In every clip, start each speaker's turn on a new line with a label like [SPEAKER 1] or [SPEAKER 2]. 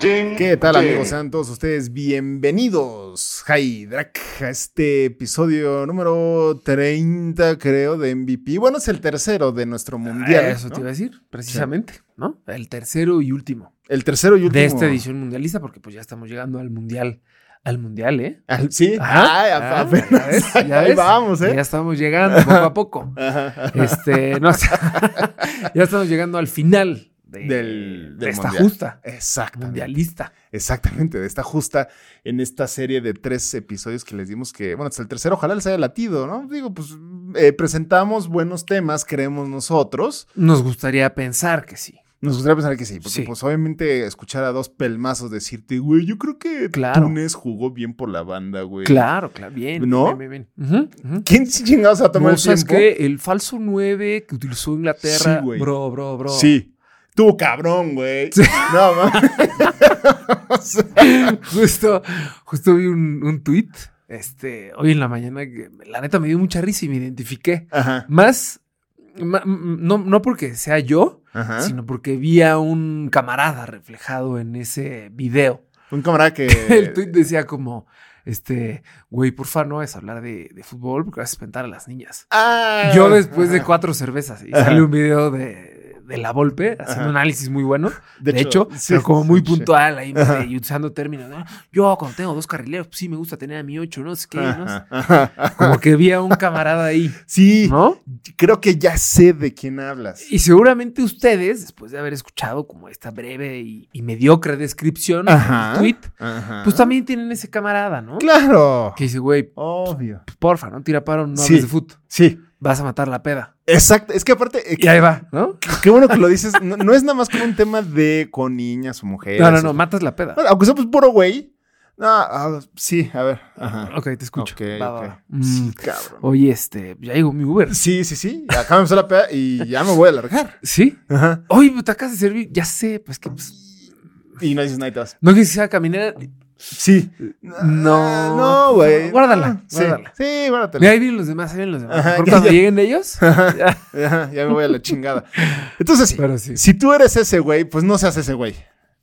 [SPEAKER 1] Ding.
[SPEAKER 2] ¿Qué tal
[SPEAKER 1] ding.
[SPEAKER 2] amigos? Sean todos ustedes bienvenidos, Hydrak, a este episodio número 30 creo de MVP. Bueno, es el tercero de nuestro mundial.
[SPEAKER 3] Eso
[SPEAKER 2] ¿no?
[SPEAKER 3] te iba a decir, precisamente, ¿no? El tercero y último,
[SPEAKER 2] El tercero y último.
[SPEAKER 3] de esta edición mundialista, porque pues ya estamos llegando al mundial, al mundial, ¿eh?
[SPEAKER 2] Ah, sí,
[SPEAKER 3] Ajá,
[SPEAKER 2] Ay,
[SPEAKER 3] ah,
[SPEAKER 2] apenas.
[SPEAKER 3] ya ves, ya
[SPEAKER 2] ahí
[SPEAKER 3] ves.
[SPEAKER 2] vamos, ¿eh?
[SPEAKER 3] Ya estamos llegando poco a poco. Este, no, o sea, ya estamos llegando al final de,
[SPEAKER 2] Del-
[SPEAKER 3] de
[SPEAKER 2] del
[SPEAKER 3] esta
[SPEAKER 2] mundial.
[SPEAKER 3] justa
[SPEAKER 2] Exactamente.
[SPEAKER 3] mundialista.
[SPEAKER 2] Exactamente, de esta justa en esta serie de tres episodios que les dimos que, bueno, hasta el tercero, ojalá les haya latido, ¿no? Digo, pues eh, presentamos buenos temas, creemos nosotros.
[SPEAKER 3] Nos gustaría pensar que sí.
[SPEAKER 2] Nos gustaría pensar que sí, porque
[SPEAKER 3] Sí.
[SPEAKER 2] pues obviamente escuchar a dos pelmazos decirte, güey, yo creo que
[SPEAKER 3] Claro.
[SPEAKER 2] Túnez jugó bien por la banda, güey.
[SPEAKER 3] Claro, claro, bien.
[SPEAKER 2] ¿No?
[SPEAKER 3] Bien, bien, bien. Ujú, ujú.
[SPEAKER 2] ¿Quién chingados a tomar
[SPEAKER 3] No,
[SPEAKER 2] el
[SPEAKER 3] ¿sabes
[SPEAKER 2] tiempo?
[SPEAKER 3] qué? El falso 9 que utilizó Inglaterra.
[SPEAKER 2] Sí, güey.
[SPEAKER 3] bro, bro, bro.
[SPEAKER 2] Sí. Tú, cabrón, güey. No, mames.
[SPEAKER 3] justo, justo vi un, un tweet este, hoy en la mañana que la neta me dio mucha risa y me identifiqué.
[SPEAKER 2] Ajá.
[SPEAKER 3] Más, ma- m- no, no porque sea yo,
[SPEAKER 2] Ajá.
[SPEAKER 3] sino porque vi a un camarada reflejado en ese video.
[SPEAKER 2] Un camarada que.
[SPEAKER 3] El tweet decía como, este, güey, porfa, no es hablar de, de fútbol porque vas a espantar a las niñas.
[SPEAKER 2] Ah.
[SPEAKER 3] Yo después de
[SPEAKER 2] Ajá.
[SPEAKER 3] cuatro cervezas y
[SPEAKER 2] Ajá.
[SPEAKER 3] sale un video de, de la Volpe haciendo
[SPEAKER 2] Ajá.
[SPEAKER 3] un análisis muy bueno. De, hecho,
[SPEAKER 2] sí,
[SPEAKER 3] pero como
[SPEAKER 2] sí,
[SPEAKER 3] muy
[SPEAKER 2] sí.
[SPEAKER 3] puntual ahí
[SPEAKER 2] Ajá.
[SPEAKER 3] y usando términos. ¿no? Yo cuando tengo dos carrileros, pues sí me gusta tener a mi ocho, no sé qué. no sé.
[SPEAKER 2] Ajá, ajá, ajá.
[SPEAKER 3] Como que vi a un camarada ahí,
[SPEAKER 2] Sí,
[SPEAKER 3] ¿no?
[SPEAKER 2] creo que ya sé de quién hablas.
[SPEAKER 3] Y seguramente ustedes, después de haber escuchado como esta breve y, y mediocre descripción
[SPEAKER 2] Ajá.
[SPEAKER 3] del tweet,
[SPEAKER 2] Ajá.
[SPEAKER 3] pues también tienen ese camarada, ¿no?
[SPEAKER 2] Claro.
[SPEAKER 3] Que dice, güey, pues,
[SPEAKER 2] Obvio.
[SPEAKER 3] porfa, no tira paro, no
[SPEAKER 2] Sí.
[SPEAKER 3] hables de fútbol.
[SPEAKER 2] Sí.
[SPEAKER 3] Vas a matar la peda.
[SPEAKER 2] Exacto. Es que aparte, eh,
[SPEAKER 3] Y ahí va, ¿no?
[SPEAKER 2] qué bueno que lo dices. No, no es nada más como un tema de con niñas o mujeres.
[SPEAKER 3] No, no, no, matas la peda.
[SPEAKER 2] Bueno, Aunque sea pues puro güey. No, ah, sí, a ver. Ajá.
[SPEAKER 3] Ok, te escucho.
[SPEAKER 2] Ok,
[SPEAKER 3] Va, va,
[SPEAKER 2] ok.
[SPEAKER 3] va.
[SPEAKER 2] Sí,
[SPEAKER 3] Mm,
[SPEAKER 2] cabrón.
[SPEAKER 3] Oye, este, ya llegó mi Uber.
[SPEAKER 2] Sí, sí, sí. Acá me empezó la peda y ya me voy a largar.
[SPEAKER 3] ¿Sí?
[SPEAKER 2] Ajá.
[SPEAKER 3] Oye, pero te acabas de servir. Ya sé, pues que pues,
[SPEAKER 2] Y no dices nada y te vas.
[SPEAKER 3] No quisiera caminar.
[SPEAKER 2] Sí.
[SPEAKER 3] No.
[SPEAKER 2] Ah, No, güey.
[SPEAKER 3] Guárdala,
[SPEAKER 2] Sí,
[SPEAKER 3] guárdala.
[SPEAKER 2] sí
[SPEAKER 3] Mira,
[SPEAKER 2] guárdatela.
[SPEAKER 3] ahí vienen los demás, ahí vienen los demás.
[SPEAKER 2] Ajá,
[SPEAKER 3] Mejor
[SPEAKER 2] ya,
[SPEAKER 3] cuando
[SPEAKER 2] ya.
[SPEAKER 3] lleguen ellos. ya.
[SPEAKER 2] Ajá, ya me voy a la chingada. Entonces, sí.
[SPEAKER 3] Pero sí.
[SPEAKER 2] Si tú eres ese güey, pues no seas ese güey.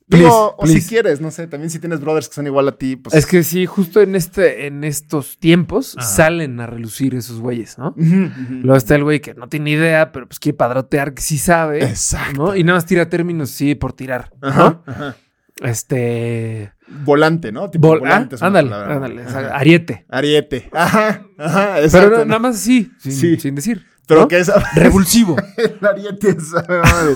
[SPEAKER 3] Please,
[SPEAKER 2] Digo, o si
[SPEAKER 3] please.
[SPEAKER 2] quieres, no sé, también si tienes brothers que son igual a ti, pues.
[SPEAKER 3] Es que sí, justo en este, en estos tiempos salen a relucir esos güeyes, ¿no?
[SPEAKER 2] Ujú, ujú.
[SPEAKER 3] Luego está el güey que no tiene idea, pero pues quiere padrotear que sí sabe.
[SPEAKER 2] Exacto.
[SPEAKER 3] ¿no? Y nada más tira términos, sí, por tirar. ¿no?
[SPEAKER 2] Ajá, ajá.
[SPEAKER 3] Este.
[SPEAKER 2] Volante, ¿no? Tipo
[SPEAKER 3] bol-
[SPEAKER 2] volante es
[SPEAKER 3] ah,
[SPEAKER 2] una
[SPEAKER 3] ándale,
[SPEAKER 2] palabra.
[SPEAKER 3] ándale.
[SPEAKER 2] Ajá.
[SPEAKER 3] exacto, Ariete.
[SPEAKER 2] Ariete. Ajá, ajá, exacto.
[SPEAKER 3] Pero no,
[SPEAKER 2] ¿no?
[SPEAKER 3] nada más así, sin,
[SPEAKER 2] Sí.
[SPEAKER 3] sin decir.
[SPEAKER 2] Pero
[SPEAKER 3] ¿no?
[SPEAKER 2] que es.
[SPEAKER 3] Revulsivo.
[SPEAKER 2] el ariete esa madre.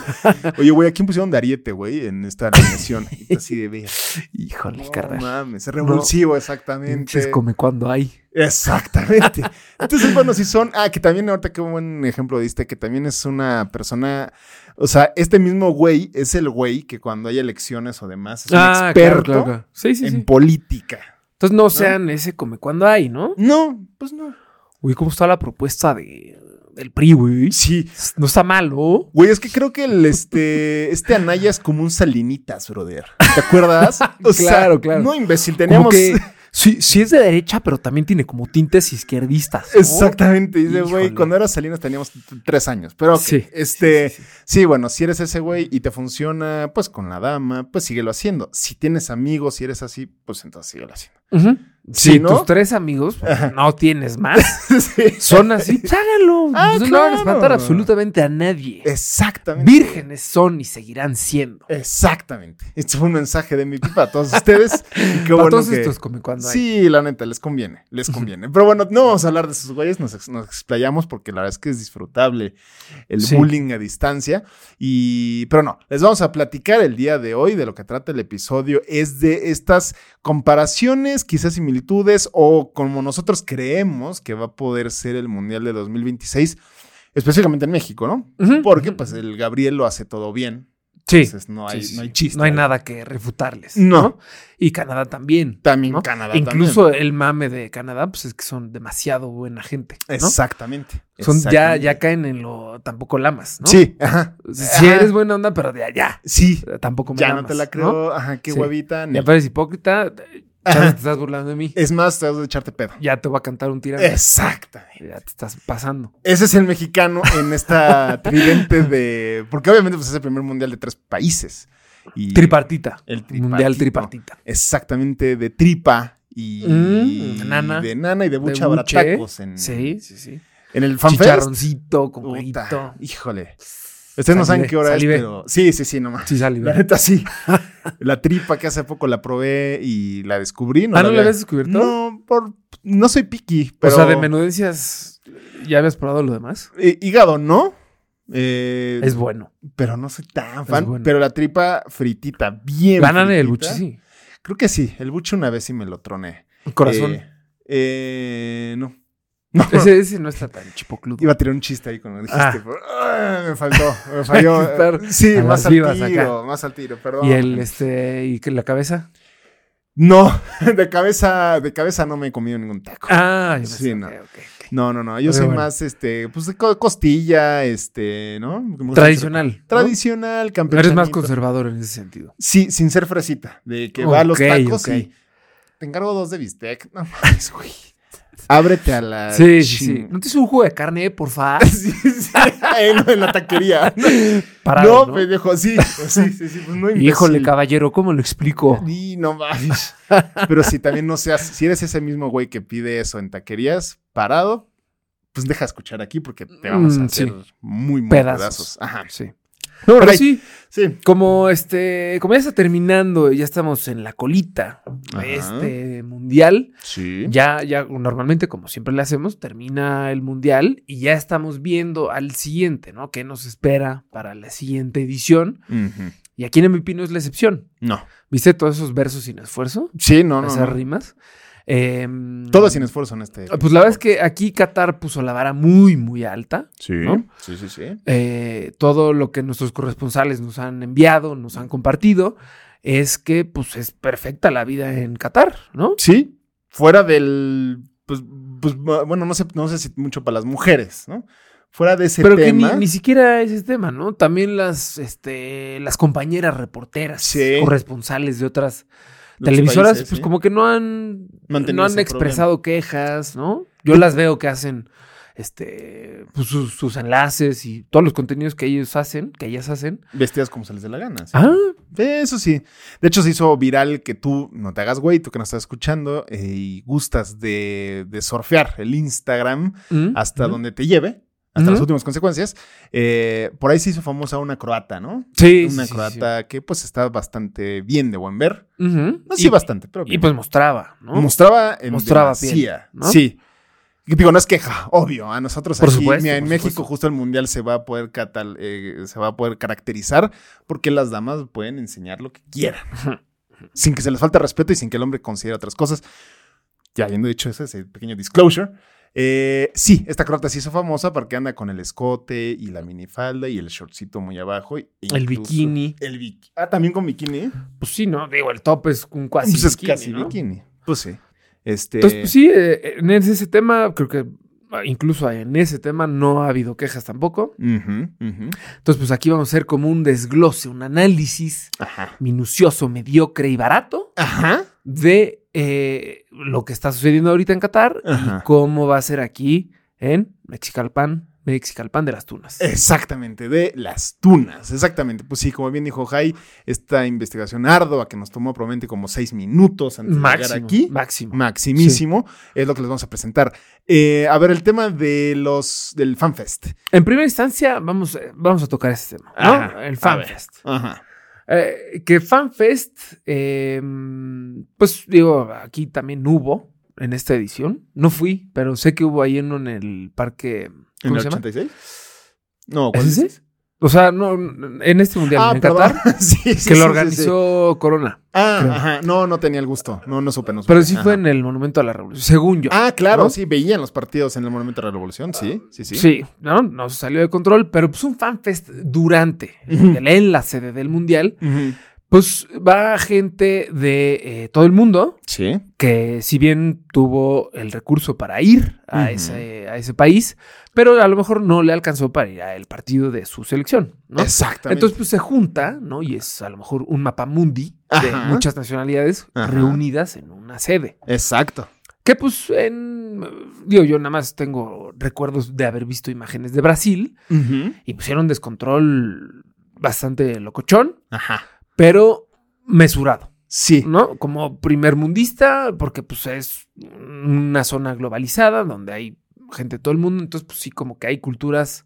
[SPEAKER 2] Oye, güey, ¿a quién pusieron de ariete, güey, en esta animación? Así de ver.
[SPEAKER 3] Híjole,
[SPEAKER 2] No
[SPEAKER 3] carnal.
[SPEAKER 2] mames, es revulsivo, exactamente.
[SPEAKER 3] Pinches come cuando hay.
[SPEAKER 2] Exactamente. Entonces, bueno, si son. Ah, que también ahorita qué buen ejemplo diste, que también es una persona. O sea, este mismo güey es el güey que cuando hay elecciones o demás es un
[SPEAKER 3] Ah,
[SPEAKER 2] experto
[SPEAKER 3] claro, claro, claro. Sí, sí,
[SPEAKER 2] en
[SPEAKER 3] sí.
[SPEAKER 2] política.
[SPEAKER 3] Entonces no sean ese come cuando hay, ¿no?
[SPEAKER 2] No, pues no.
[SPEAKER 3] Uy, ¿cómo está la propuesta de, del PRI, güey?
[SPEAKER 2] Sí.
[SPEAKER 3] No está malo.
[SPEAKER 2] Güey, es que creo que el este, este Anaya es como un salinitas, brother. ¿Te acuerdas? O sea,
[SPEAKER 3] Claro, claro.
[SPEAKER 2] No, imbécil,
[SPEAKER 3] Como
[SPEAKER 2] teníamos.
[SPEAKER 3] que sí, sí es de derecha, pero también tiene como tintes
[SPEAKER 2] Oh,
[SPEAKER 3] izquierdistas. ¿no?
[SPEAKER 2] Exactamente, dice, güey,
[SPEAKER 3] Híjole.
[SPEAKER 2] cuando eras Salinas teníamos t- tres años, pero ok,
[SPEAKER 3] Sí,
[SPEAKER 2] este, sí, bueno, si eres ese güey y te funciona, pues con la dama, pues síguelo haciendo. Si tienes amigos, si eres así, pues entonces síguelo haciendo.
[SPEAKER 3] Ujú.
[SPEAKER 2] Sí,
[SPEAKER 3] Si
[SPEAKER 2] ¿no?
[SPEAKER 3] tus tres amigos, pues, no tienes más,
[SPEAKER 2] Sí.
[SPEAKER 3] son así, pues, háganlo.
[SPEAKER 2] Ah,
[SPEAKER 3] Pues, No van a espantar
[SPEAKER 2] claro.
[SPEAKER 3] absolutamente a nadie.
[SPEAKER 2] Exactamente. Eh,
[SPEAKER 3] Vírgenes son y seguirán siendo.
[SPEAKER 2] Exactamente. Este fue un mensaje de mi pipa a todos ustedes. Y qué
[SPEAKER 3] Para
[SPEAKER 2] bueno
[SPEAKER 3] todos
[SPEAKER 2] que-
[SPEAKER 3] estos come cuando hay.
[SPEAKER 2] Sí, la neta, les conviene, les conviene. Pero bueno, no vamos a hablar de esos güeyes, nos, ex- nos explayamos porque la verdad es que es disfrutable el
[SPEAKER 3] Sí.
[SPEAKER 2] bullying a distancia. Y, pero no, les vamos a platicar el día de hoy de lo que trata el episodio, es de estas comparaciones, quizás similitudes o como nosotros creemos que va a poder ser el Mundial de 2026, específicamente en México, ¿no?
[SPEAKER 3] Ujú.
[SPEAKER 2] Porque pues el Gabriel lo hace todo bien.
[SPEAKER 3] Sí.
[SPEAKER 2] Entonces, no, hay,
[SPEAKER 3] Sí, sí,
[SPEAKER 2] no hay
[SPEAKER 3] sí.
[SPEAKER 2] chiste.
[SPEAKER 3] No hay nada que refutarles.
[SPEAKER 2] No.
[SPEAKER 3] Y Canadá también.
[SPEAKER 2] También
[SPEAKER 3] ¿no?
[SPEAKER 2] Canadá.
[SPEAKER 3] Incluso el mame de Canadá, pues es que son demasiado buena gente. ¿no?
[SPEAKER 2] también. Exactamente.
[SPEAKER 3] Son, ya,
[SPEAKER 2] exactamente.
[SPEAKER 3] ya caen en lo tampoco lamas, ¿no?
[SPEAKER 2] Sí, ajá.
[SPEAKER 3] Si si
[SPEAKER 2] Ajá.
[SPEAKER 3] eres buena onda, pero ya, ya.
[SPEAKER 2] Sí.
[SPEAKER 3] Tampoco me
[SPEAKER 2] Ya
[SPEAKER 3] lamas,
[SPEAKER 2] no te la creo. Ajá, qué
[SPEAKER 3] Sí.
[SPEAKER 2] huevita.
[SPEAKER 3] Ya
[SPEAKER 2] ni-
[SPEAKER 3] pareces hipócrita, ya te estás burlando de mí.
[SPEAKER 2] Es más, te vas a echarte pedo.
[SPEAKER 3] Ya te voy a cantar un tirano.
[SPEAKER 2] Exactamente.
[SPEAKER 3] Ya te estás pasando.
[SPEAKER 2] Ese es el mexicano en esta tridente de. Porque obviamente pues, es el primer mundial de tres países. Y
[SPEAKER 3] Tripartita.
[SPEAKER 2] El
[SPEAKER 3] Mundial
[SPEAKER 2] tripartito.
[SPEAKER 3] tripartita.
[SPEAKER 2] Exactamente, de tripa y
[SPEAKER 3] Mm, nana.
[SPEAKER 2] de nana y de bucha
[SPEAKER 3] De buche.
[SPEAKER 2] baratacos en,
[SPEAKER 3] Sí, sí, sí.
[SPEAKER 2] en el fanfest.
[SPEAKER 3] Chicharroncito, con
[SPEAKER 2] Puta,
[SPEAKER 3] jueguito.
[SPEAKER 2] Híjole. Ustedes no saben
[SPEAKER 3] Salivé,
[SPEAKER 2] qué hora
[SPEAKER 3] salivé.
[SPEAKER 2] es, pero sí, sí, sí, no más.
[SPEAKER 3] Sí, sale.
[SPEAKER 2] La
[SPEAKER 3] ¿verdad?
[SPEAKER 2] neta sí. La tripa que hace poco la probé y la descubrí.
[SPEAKER 3] Ah, ¿no la
[SPEAKER 2] había-
[SPEAKER 3] habías descubierto?
[SPEAKER 2] No, por, no soy piqui, pero
[SPEAKER 3] O sea, de menudencias, ¿ya habías probado lo demás?
[SPEAKER 2] Eh, hígado no. Eh,
[SPEAKER 3] Es bueno.
[SPEAKER 2] pero no soy tan fan.
[SPEAKER 3] bueno.
[SPEAKER 2] Pero la tripa fritita, bien.
[SPEAKER 3] Ganan el buche,
[SPEAKER 2] fritita.
[SPEAKER 3] sí.
[SPEAKER 2] Creo que sí. El buche una vez sí me lo troné.
[SPEAKER 3] Corazón.
[SPEAKER 2] Eh, eh, no. No.
[SPEAKER 3] Ese, ese no está tan chipocludo.
[SPEAKER 2] Iba a tirar un chiste ahí cuando dijiste.
[SPEAKER 3] Ah.
[SPEAKER 2] pero, ah, me faltó. Me falló.
[SPEAKER 3] Estar
[SPEAKER 2] sí,
[SPEAKER 3] a
[SPEAKER 2] más
[SPEAKER 3] las
[SPEAKER 2] al tiro.
[SPEAKER 3] vivas
[SPEAKER 2] Más al tiro, perdón.
[SPEAKER 3] Y el, este, y que la cabeza.
[SPEAKER 2] No, de cabeza, de cabeza no me he comido ningún taco.
[SPEAKER 3] Ah, yo
[SPEAKER 2] Sí,
[SPEAKER 3] pensé,
[SPEAKER 2] no.
[SPEAKER 3] ok, ok, ok.
[SPEAKER 2] No, no, no. Yo
[SPEAKER 3] Pero
[SPEAKER 2] soy
[SPEAKER 3] bueno.
[SPEAKER 2] más, este, pues de co- costilla, este, ¿no? Me gusta mucho-
[SPEAKER 3] Tradicional. ¿no?
[SPEAKER 2] Tradicional, campeón.
[SPEAKER 3] Eres más conservador en ese sentido.
[SPEAKER 2] Sí, sin ser fresita. De que va a los
[SPEAKER 3] Ok,
[SPEAKER 2] tacos
[SPEAKER 3] ok.
[SPEAKER 2] y te encargo dos de bistec. No mames, güey. Ábrete a la.
[SPEAKER 3] Sí, sí, sí.
[SPEAKER 2] chin-
[SPEAKER 3] ¿No tienes un jugo de carne, por favor?
[SPEAKER 2] Ah, Sí, sí, en, en la taquería.
[SPEAKER 3] Parado,
[SPEAKER 2] no,
[SPEAKER 3] ¿no?
[SPEAKER 2] pendejo, sí. Pues sí, sí, sí, pues no imbécil.
[SPEAKER 3] Híjole, caballero, ¿cómo lo explico?
[SPEAKER 2] Y no mames. Pero si también no seas, si eres ese mismo güey que pide eso en taquerías, parado, pues deja escuchar aquí porque te vamos
[SPEAKER 3] Mm,
[SPEAKER 2] a hacer
[SPEAKER 3] sí.
[SPEAKER 2] muy, muy
[SPEAKER 3] Pedazos.
[SPEAKER 2] pedazos. Ajá.
[SPEAKER 3] Ah, Sí. No,
[SPEAKER 2] Por
[SPEAKER 3] pero
[SPEAKER 2] ahí.
[SPEAKER 3] sí,
[SPEAKER 2] Sí.
[SPEAKER 3] como este, como ya está terminando, ya estamos en la colita
[SPEAKER 2] Ajá.
[SPEAKER 3] de este mundial.
[SPEAKER 2] Sí.
[SPEAKER 3] Ya, ya normalmente, como siempre le hacemos, termina el mundial y ya estamos viendo al siguiente, ¿no? ¿Qué nos espera para la siguiente edición?
[SPEAKER 2] Ujú.
[SPEAKER 3] Y aquí en MVP no es la excepción.
[SPEAKER 2] No.
[SPEAKER 3] ¿Viste todos esos versos sin esfuerzo?
[SPEAKER 2] Sí, no, no.
[SPEAKER 3] Esas
[SPEAKER 2] no.
[SPEAKER 3] rimas. Eh,
[SPEAKER 2] Todo sin esfuerzo en este.
[SPEAKER 3] Pues la verdad es que aquí Qatar puso la vara muy, muy alta.
[SPEAKER 2] Sí.
[SPEAKER 3] ¿no?
[SPEAKER 2] Sí, sí, sí.
[SPEAKER 3] eh, todo lo que nuestros corresponsales nos han enviado, nos han compartido, es que pues es perfecta la vida en Qatar, ¿no?
[SPEAKER 2] Sí. Fuera del. Pues, pues bueno, no sé, no sé si mucho para las mujeres, ¿no? Fuera de ese
[SPEAKER 3] Pero que ni,
[SPEAKER 2] tema.
[SPEAKER 3] ni siquiera es ese tema, ¿no? También las, este, las compañeras reporteras,
[SPEAKER 2] Sí.
[SPEAKER 3] corresponsales de otras
[SPEAKER 2] los
[SPEAKER 3] televisoras,
[SPEAKER 2] países,
[SPEAKER 3] pues
[SPEAKER 2] ¿sí?
[SPEAKER 3] como que no han,
[SPEAKER 2] No han tenido
[SPEAKER 3] no han
[SPEAKER 2] ese
[SPEAKER 3] expresado quejas, ¿no? Yo las veo que hacen este, pues, sus, sus enlaces y todos los contenidos que ellos hacen, que ellas hacen.
[SPEAKER 2] Vestidas como se les dé la gana. ¿sí?
[SPEAKER 3] Ah,
[SPEAKER 2] Eso sí. De hecho, se hizo viral que tú no te hagas güey, tú que nos estás escuchando eh, y gustas de, de surfear el Instagram
[SPEAKER 3] mm,
[SPEAKER 2] hasta
[SPEAKER 3] mm.
[SPEAKER 2] donde te lleve, hasta
[SPEAKER 3] Ujú.
[SPEAKER 2] las últimas consecuencias. Eh, por ahí se hizo famosa una croata, ¿no?
[SPEAKER 3] Sí,
[SPEAKER 2] una
[SPEAKER 3] sí, sí, sí.
[SPEAKER 2] croata que pues está bastante bien de buen ver.
[SPEAKER 3] Ujú.
[SPEAKER 2] No,
[SPEAKER 3] Y-
[SPEAKER 2] sí, bastante, pero
[SPEAKER 3] Y
[SPEAKER 2] bien.
[SPEAKER 3] pues mostraba, ¿no?
[SPEAKER 2] Mostraba en
[SPEAKER 3] Mostraba piel,
[SPEAKER 2] demasía.
[SPEAKER 3] ¿no?
[SPEAKER 2] Sí. Y Digo, no es queja, obvio. A nosotros
[SPEAKER 3] Por
[SPEAKER 2] aquí,
[SPEAKER 3] supuesto,
[SPEAKER 2] mira, en
[SPEAKER 3] por
[SPEAKER 2] México
[SPEAKER 3] supuesto.
[SPEAKER 2] justo el mundial se va a poder catal- eh, se va a poder caracterizar porque las damas pueden enseñar lo que quieran, sin que se les falte respeto y sin que el hombre considere otras cosas. Ya habiendo dicho ese, ese pequeño disclosure, eh, sí, esta croata se hizo famosa porque anda con el escote y la minifalda y el shortcito muy abajo. e
[SPEAKER 3] el
[SPEAKER 2] incluso-
[SPEAKER 3] bikini.
[SPEAKER 2] El bikini. Ah, también con bikini.
[SPEAKER 3] Pues sí, ¿no? Digo, el top es un cuasi
[SPEAKER 2] Pues es
[SPEAKER 3] bikini,
[SPEAKER 2] casi
[SPEAKER 3] ¿no?
[SPEAKER 2] bikini. Pues sí. Este,
[SPEAKER 3] Entonces, pues sí, eh, en ese ese tema, creo que ah, incluso en ese tema no ha habido quejas tampoco.
[SPEAKER 2] Ujú, ujú.
[SPEAKER 3] Entonces, pues aquí vamos a hacer como un desglose, un análisis
[SPEAKER 2] Ajá.
[SPEAKER 3] minucioso, mediocre y barato
[SPEAKER 2] Ajá.
[SPEAKER 3] de eh, lo que está sucediendo ahorita en Qatar
[SPEAKER 2] Ajá.
[SPEAKER 3] y cómo va a ser aquí en Mexicalpan, Mexicalpan de las Tunas.
[SPEAKER 2] Eh, Exactamente, de las tunas. Exactamente. Pues sí, como bien dijo Jai, esta investigación ardua que nos tomó probablemente como seis minutos antes de llegar
[SPEAKER 3] máximo,
[SPEAKER 2] aquí.
[SPEAKER 3] máximo.
[SPEAKER 2] Maximísimo, es lo que les vamos a presentar. Eh, a ver, el tema de los del fanfest.
[SPEAKER 3] En primera instancia, vamos, eh, vamos a tocar ese tema, ¿no?
[SPEAKER 2] Ajá,
[SPEAKER 3] el
[SPEAKER 2] a ver.
[SPEAKER 3] FanFest.
[SPEAKER 2] Ajá.
[SPEAKER 3] Eh, que FanFest, eh, pues digo, aquí también hubo en esta edición. No fui, pero sé que hubo ahí uno en el parque.
[SPEAKER 2] ¿En
[SPEAKER 3] ¿Cómo
[SPEAKER 2] el
[SPEAKER 3] se llama?
[SPEAKER 2] 86? No,
[SPEAKER 3] ¿Es
[SPEAKER 2] ¿cuál
[SPEAKER 3] ese?
[SPEAKER 2] es?
[SPEAKER 3] O sea, no, en este mundial, en Qatar,
[SPEAKER 2] sí, sí,
[SPEAKER 3] que
[SPEAKER 2] sí,
[SPEAKER 3] lo
[SPEAKER 2] sí,
[SPEAKER 3] organizó Corona.
[SPEAKER 2] sí. Ah, ajá. No, no tenía el gusto. No, no supe, no supe.
[SPEAKER 3] Pero sí
[SPEAKER 2] Ajá.
[SPEAKER 3] fue en el Monumento a la Revolución, según yo.
[SPEAKER 2] Ah, claro,
[SPEAKER 3] ¿no? Ah.
[SPEAKER 2] sí, veían los partidos en el Monumento de la Revolución, sí, sí, sí.
[SPEAKER 3] Sí, ¿no? No se salió de control, pero pues un fanfest durante el enlace del mundial,
[SPEAKER 2] Ujú.
[SPEAKER 3] pues va gente de eh, todo el mundo
[SPEAKER 2] Sí.
[SPEAKER 3] que si bien tuvo el recurso para ir a,
[SPEAKER 2] Ujú.
[SPEAKER 3] ese, a ese país, pero a lo mejor no le alcanzó para ir al partido de su selección, ¿no?
[SPEAKER 2] Exactamente.
[SPEAKER 3] Entonces pues se junta, ¿no? Y es a lo mejor un mapa mundi de
[SPEAKER 2] Ajá.
[SPEAKER 3] muchas nacionalidades
[SPEAKER 2] Ajá.
[SPEAKER 3] reunidas en una sede.
[SPEAKER 2] Exacto.
[SPEAKER 3] Que pues en... Digo, yo nada más tengo recuerdos de haber visto imágenes de Brasil, y pusieron descontrol bastante locochón,
[SPEAKER 2] Ajá.
[SPEAKER 3] pero mesurado,
[SPEAKER 2] Sí.
[SPEAKER 3] ¿no? Como primer mundista, porque pues es una zona globalizada donde hay gente de todo el mundo, entonces pues sí como que hay culturas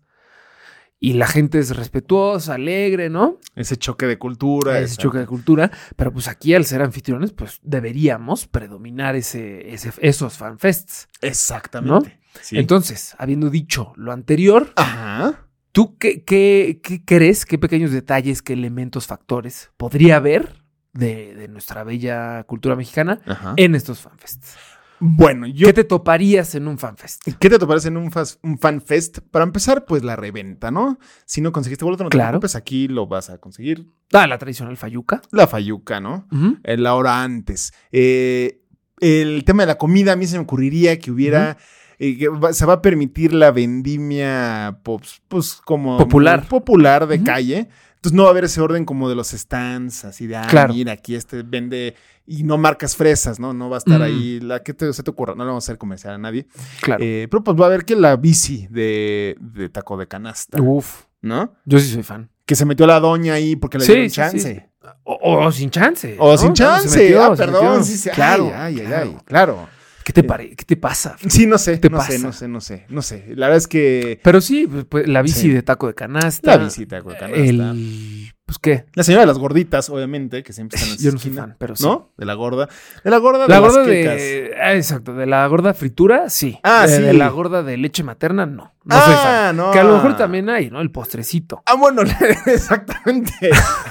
[SPEAKER 3] y la gente es respetuosa, alegre, ¿no?
[SPEAKER 2] Ese choque de cultura.
[SPEAKER 3] Ese
[SPEAKER 2] exacto.
[SPEAKER 3] choque de cultura, pero pues aquí al ser anfitriones pues deberíamos predominar ese, ese esos fanfests.
[SPEAKER 2] Exactamente. Sí.
[SPEAKER 3] Entonces, habiendo dicho lo anterior,
[SPEAKER 2] Ajá.
[SPEAKER 3] ¿Tú qué, qué- qué crees? ¿Qué pequeños detalles, qué elementos, factores podría haber de, de nuestra bella cultura mexicana
[SPEAKER 2] Ajá.
[SPEAKER 3] en estos fanfests?
[SPEAKER 2] Bueno, yo.
[SPEAKER 3] ¿Qué te toparías en un fanfest?
[SPEAKER 2] ¿Qué te parece en un, fas- un fan fest? Para empezar, pues la reventa, ¿no? Si no conseguiste boleto, no te
[SPEAKER 3] Claro.
[SPEAKER 2] preocupes, aquí lo vas a conseguir.
[SPEAKER 3] Ah, la tradicional fayuca.
[SPEAKER 2] La fayuca, ¿no?
[SPEAKER 3] Ujú.
[SPEAKER 2] Eh, La hora antes. Eh, el tema de la comida, a mí se me ocurriría que hubiera. eh, que va- se va a permitir la vendimia, pues, pues, como.
[SPEAKER 3] Popular.
[SPEAKER 2] Popular de
[SPEAKER 3] Ujú.
[SPEAKER 2] calle. Entonces no va a haber ese orden como de los stands, así de, ah,
[SPEAKER 3] Claro.
[SPEAKER 2] mira, aquí este vende. Y no marcas fresas, ¿no? No va a estar
[SPEAKER 3] Mm.
[SPEAKER 2] ahí. La que te- se te ocurra, no le vamos a hacer comercial a nadie.
[SPEAKER 3] Claro.
[SPEAKER 2] Eh, pero pues va a haber que la bici de, de taco de canasta,
[SPEAKER 3] Uf,
[SPEAKER 2] ¿no?
[SPEAKER 3] yo sí soy fan.
[SPEAKER 2] Que se metió la doña ahí porque le
[SPEAKER 3] Sí,
[SPEAKER 2] dieron
[SPEAKER 3] sí,
[SPEAKER 2] chance.
[SPEAKER 3] sí. O, o sin chance.
[SPEAKER 2] O
[SPEAKER 3] ¿no?
[SPEAKER 2] sin
[SPEAKER 3] Ya no se
[SPEAKER 2] chance.
[SPEAKER 3] metió,
[SPEAKER 2] ah,
[SPEAKER 3] se
[SPEAKER 2] perdón.
[SPEAKER 3] metió.
[SPEAKER 2] Sí, sí.
[SPEAKER 3] Claro,
[SPEAKER 2] Ay, ay, ay,
[SPEAKER 3] claro.
[SPEAKER 2] ay, claro.
[SPEAKER 3] ¿Qué te, pare- qué te pasa?
[SPEAKER 2] Sí, no sé.
[SPEAKER 3] Te
[SPEAKER 2] no sé,
[SPEAKER 3] pasa.
[SPEAKER 2] no sé, no sé, no sé. La verdad es que
[SPEAKER 3] Pero sí, pues, pues, la bici
[SPEAKER 2] Sí.
[SPEAKER 3] de taco de canasta.
[SPEAKER 2] la visita de canasta.
[SPEAKER 3] El... Pues qué.
[SPEAKER 2] La señora de las gorditas, obviamente, que siempre están en
[SPEAKER 3] Yo
[SPEAKER 2] su
[SPEAKER 3] no soy
[SPEAKER 2] esquina,
[SPEAKER 3] fan, pero sí.
[SPEAKER 2] ¿No? De la gorda. De la gorda de
[SPEAKER 3] La
[SPEAKER 2] las
[SPEAKER 3] gorda
[SPEAKER 2] quecas.
[SPEAKER 3] de. ah, exacto, de la gorda fritura, sí.
[SPEAKER 2] Ah,
[SPEAKER 3] de,
[SPEAKER 2] sí.
[SPEAKER 3] de la gorda de leche materna, no. No soy
[SPEAKER 2] ah,
[SPEAKER 3] fan.
[SPEAKER 2] no.
[SPEAKER 3] Que a lo mejor también hay, ¿no? El postrecito.
[SPEAKER 2] Ah, bueno, exactamente.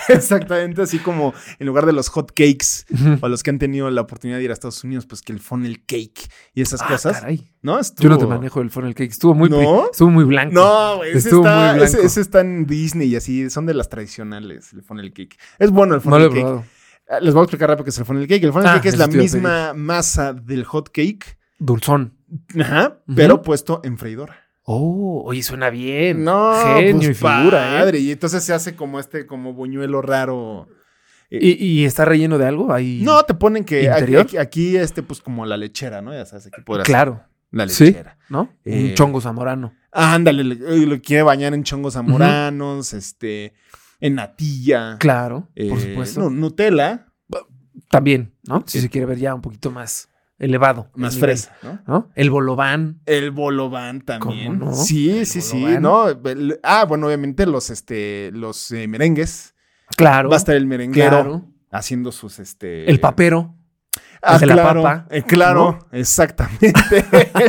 [SPEAKER 2] exactamente, así como en lugar de los hot cakes o los que han tenido la oportunidad de ir a Estados Unidos, pues que el funnel cake y esas
[SPEAKER 3] Ah,
[SPEAKER 2] cosas.
[SPEAKER 3] caray.
[SPEAKER 2] ¿No?
[SPEAKER 3] Yo no te
[SPEAKER 2] Estuvo-
[SPEAKER 3] manejo el funnel cake. Estuvo muy,
[SPEAKER 2] ¿No?
[SPEAKER 3] pri- estuvo muy blanco.
[SPEAKER 2] No, güey, ese,
[SPEAKER 3] Estuvo muy
[SPEAKER 2] está-
[SPEAKER 3] blanco.
[SPEAKER 2] ese- ese está en Disney y así, son de las tradicionales, el funnel cake. Es bueno el
[SPEAKER 3] no
[SPEAKER 2] funnel
[SPEAKER 3] lo he
[SPEAKER 2] cake.
[SPEAKER 3] probado.
[SPEAKER 2] Ah, Les voy a explicar rápido qué es el funnel cake. El funnel
[SPEAKER 3] Ah,
[SPEAKER 2] cake es
[SPEAKER 3] eso
[SPEAKER 2] la
[SPEAKER 3] te iba a
[SPEAKER 2] misma masa del hot cake,
[SPEAKER 3] Dulzón.
[SPEAKER 2] ajá,
[SPEAKER 3] Ujú.
[SPEAKER 2] pero puesto en freidora.
[SPEAKER 3] Oh, oye, suena bien.
[SPEAKER 2] No,
[SPEAKER 3] Genio
[SPEAKER 2] pues,
[SPEAKER 3] y figura, ¿eh?
[SPEAKER 2] padre. Y entonces se hace como este, como buñuelo raro.
[SPEAKER 3] ¿Y, y está relleno de algo? ahí
[SPEAKER 2] No, te ponen que aquí,
[SPEAKER 3] ¿Interior?
[SPEAKER 2] aquí- aquí, este, pues como la lechera, ¿no? Ya sabes, aquí podrás.
[SPEAKER 3] Claro,
[SPEAKER 2] La
[SPEAKER 3] Sí.
[SPEAKER 2] lechera.
[SPEAKER 3] ¿no?
[SPEAKER 2] Eh.
[SPEAKER 3] Un chongo zamorano.
[SPEAKER 2] Ah, ándale, le- eh, lo quiere bañar en chongos zamoranos, este, en natilla.
[SPEAKER 3] Claro,
[SPEAKER 2] eh,
[SPEAKER 3] por supuesto.
[SPEAKER 2] no, Nutella,
[SPEAKER 3] También, ¿no?
[SPEAKER 2] Sí.
[SPEAKER 3] Si se quiere ver ya un poquito más elevado. el
[SPEAKER 2] más
[SPEAKER 3] nivel,
[SPEAKER 2] fresa, ¿no?
[SPEAKER 3] ¿No? El bolobán.
[SPEAKER 2] El bolobán también.
[SPEAKER 3] ¿Cómo no?
[SPEAKER 2] Sí,
[SPEAKER 3] El
[SPEAKER 2] sí, sí,
[SPEAKER 3] bolobán.
[SPEAKER 2] ¿no? El- ah, bueno, obviamente los, este, los eh, merengues.
[SPEAKER 3] Claro.
[SPEAKER 2] Va a estar el merenguero
[SPEAKER 3] Claro.
[SPEAKER 2] haciendo sus, este...
[SPEAKER 3] El papero.
[SPEAKER 2] Ah,
[SPEAKER 3] El de la
[SPEAKER 2] claro,
[SPEAKER 3] papa,
[SPEAKER 2] eh, claro, exactamente.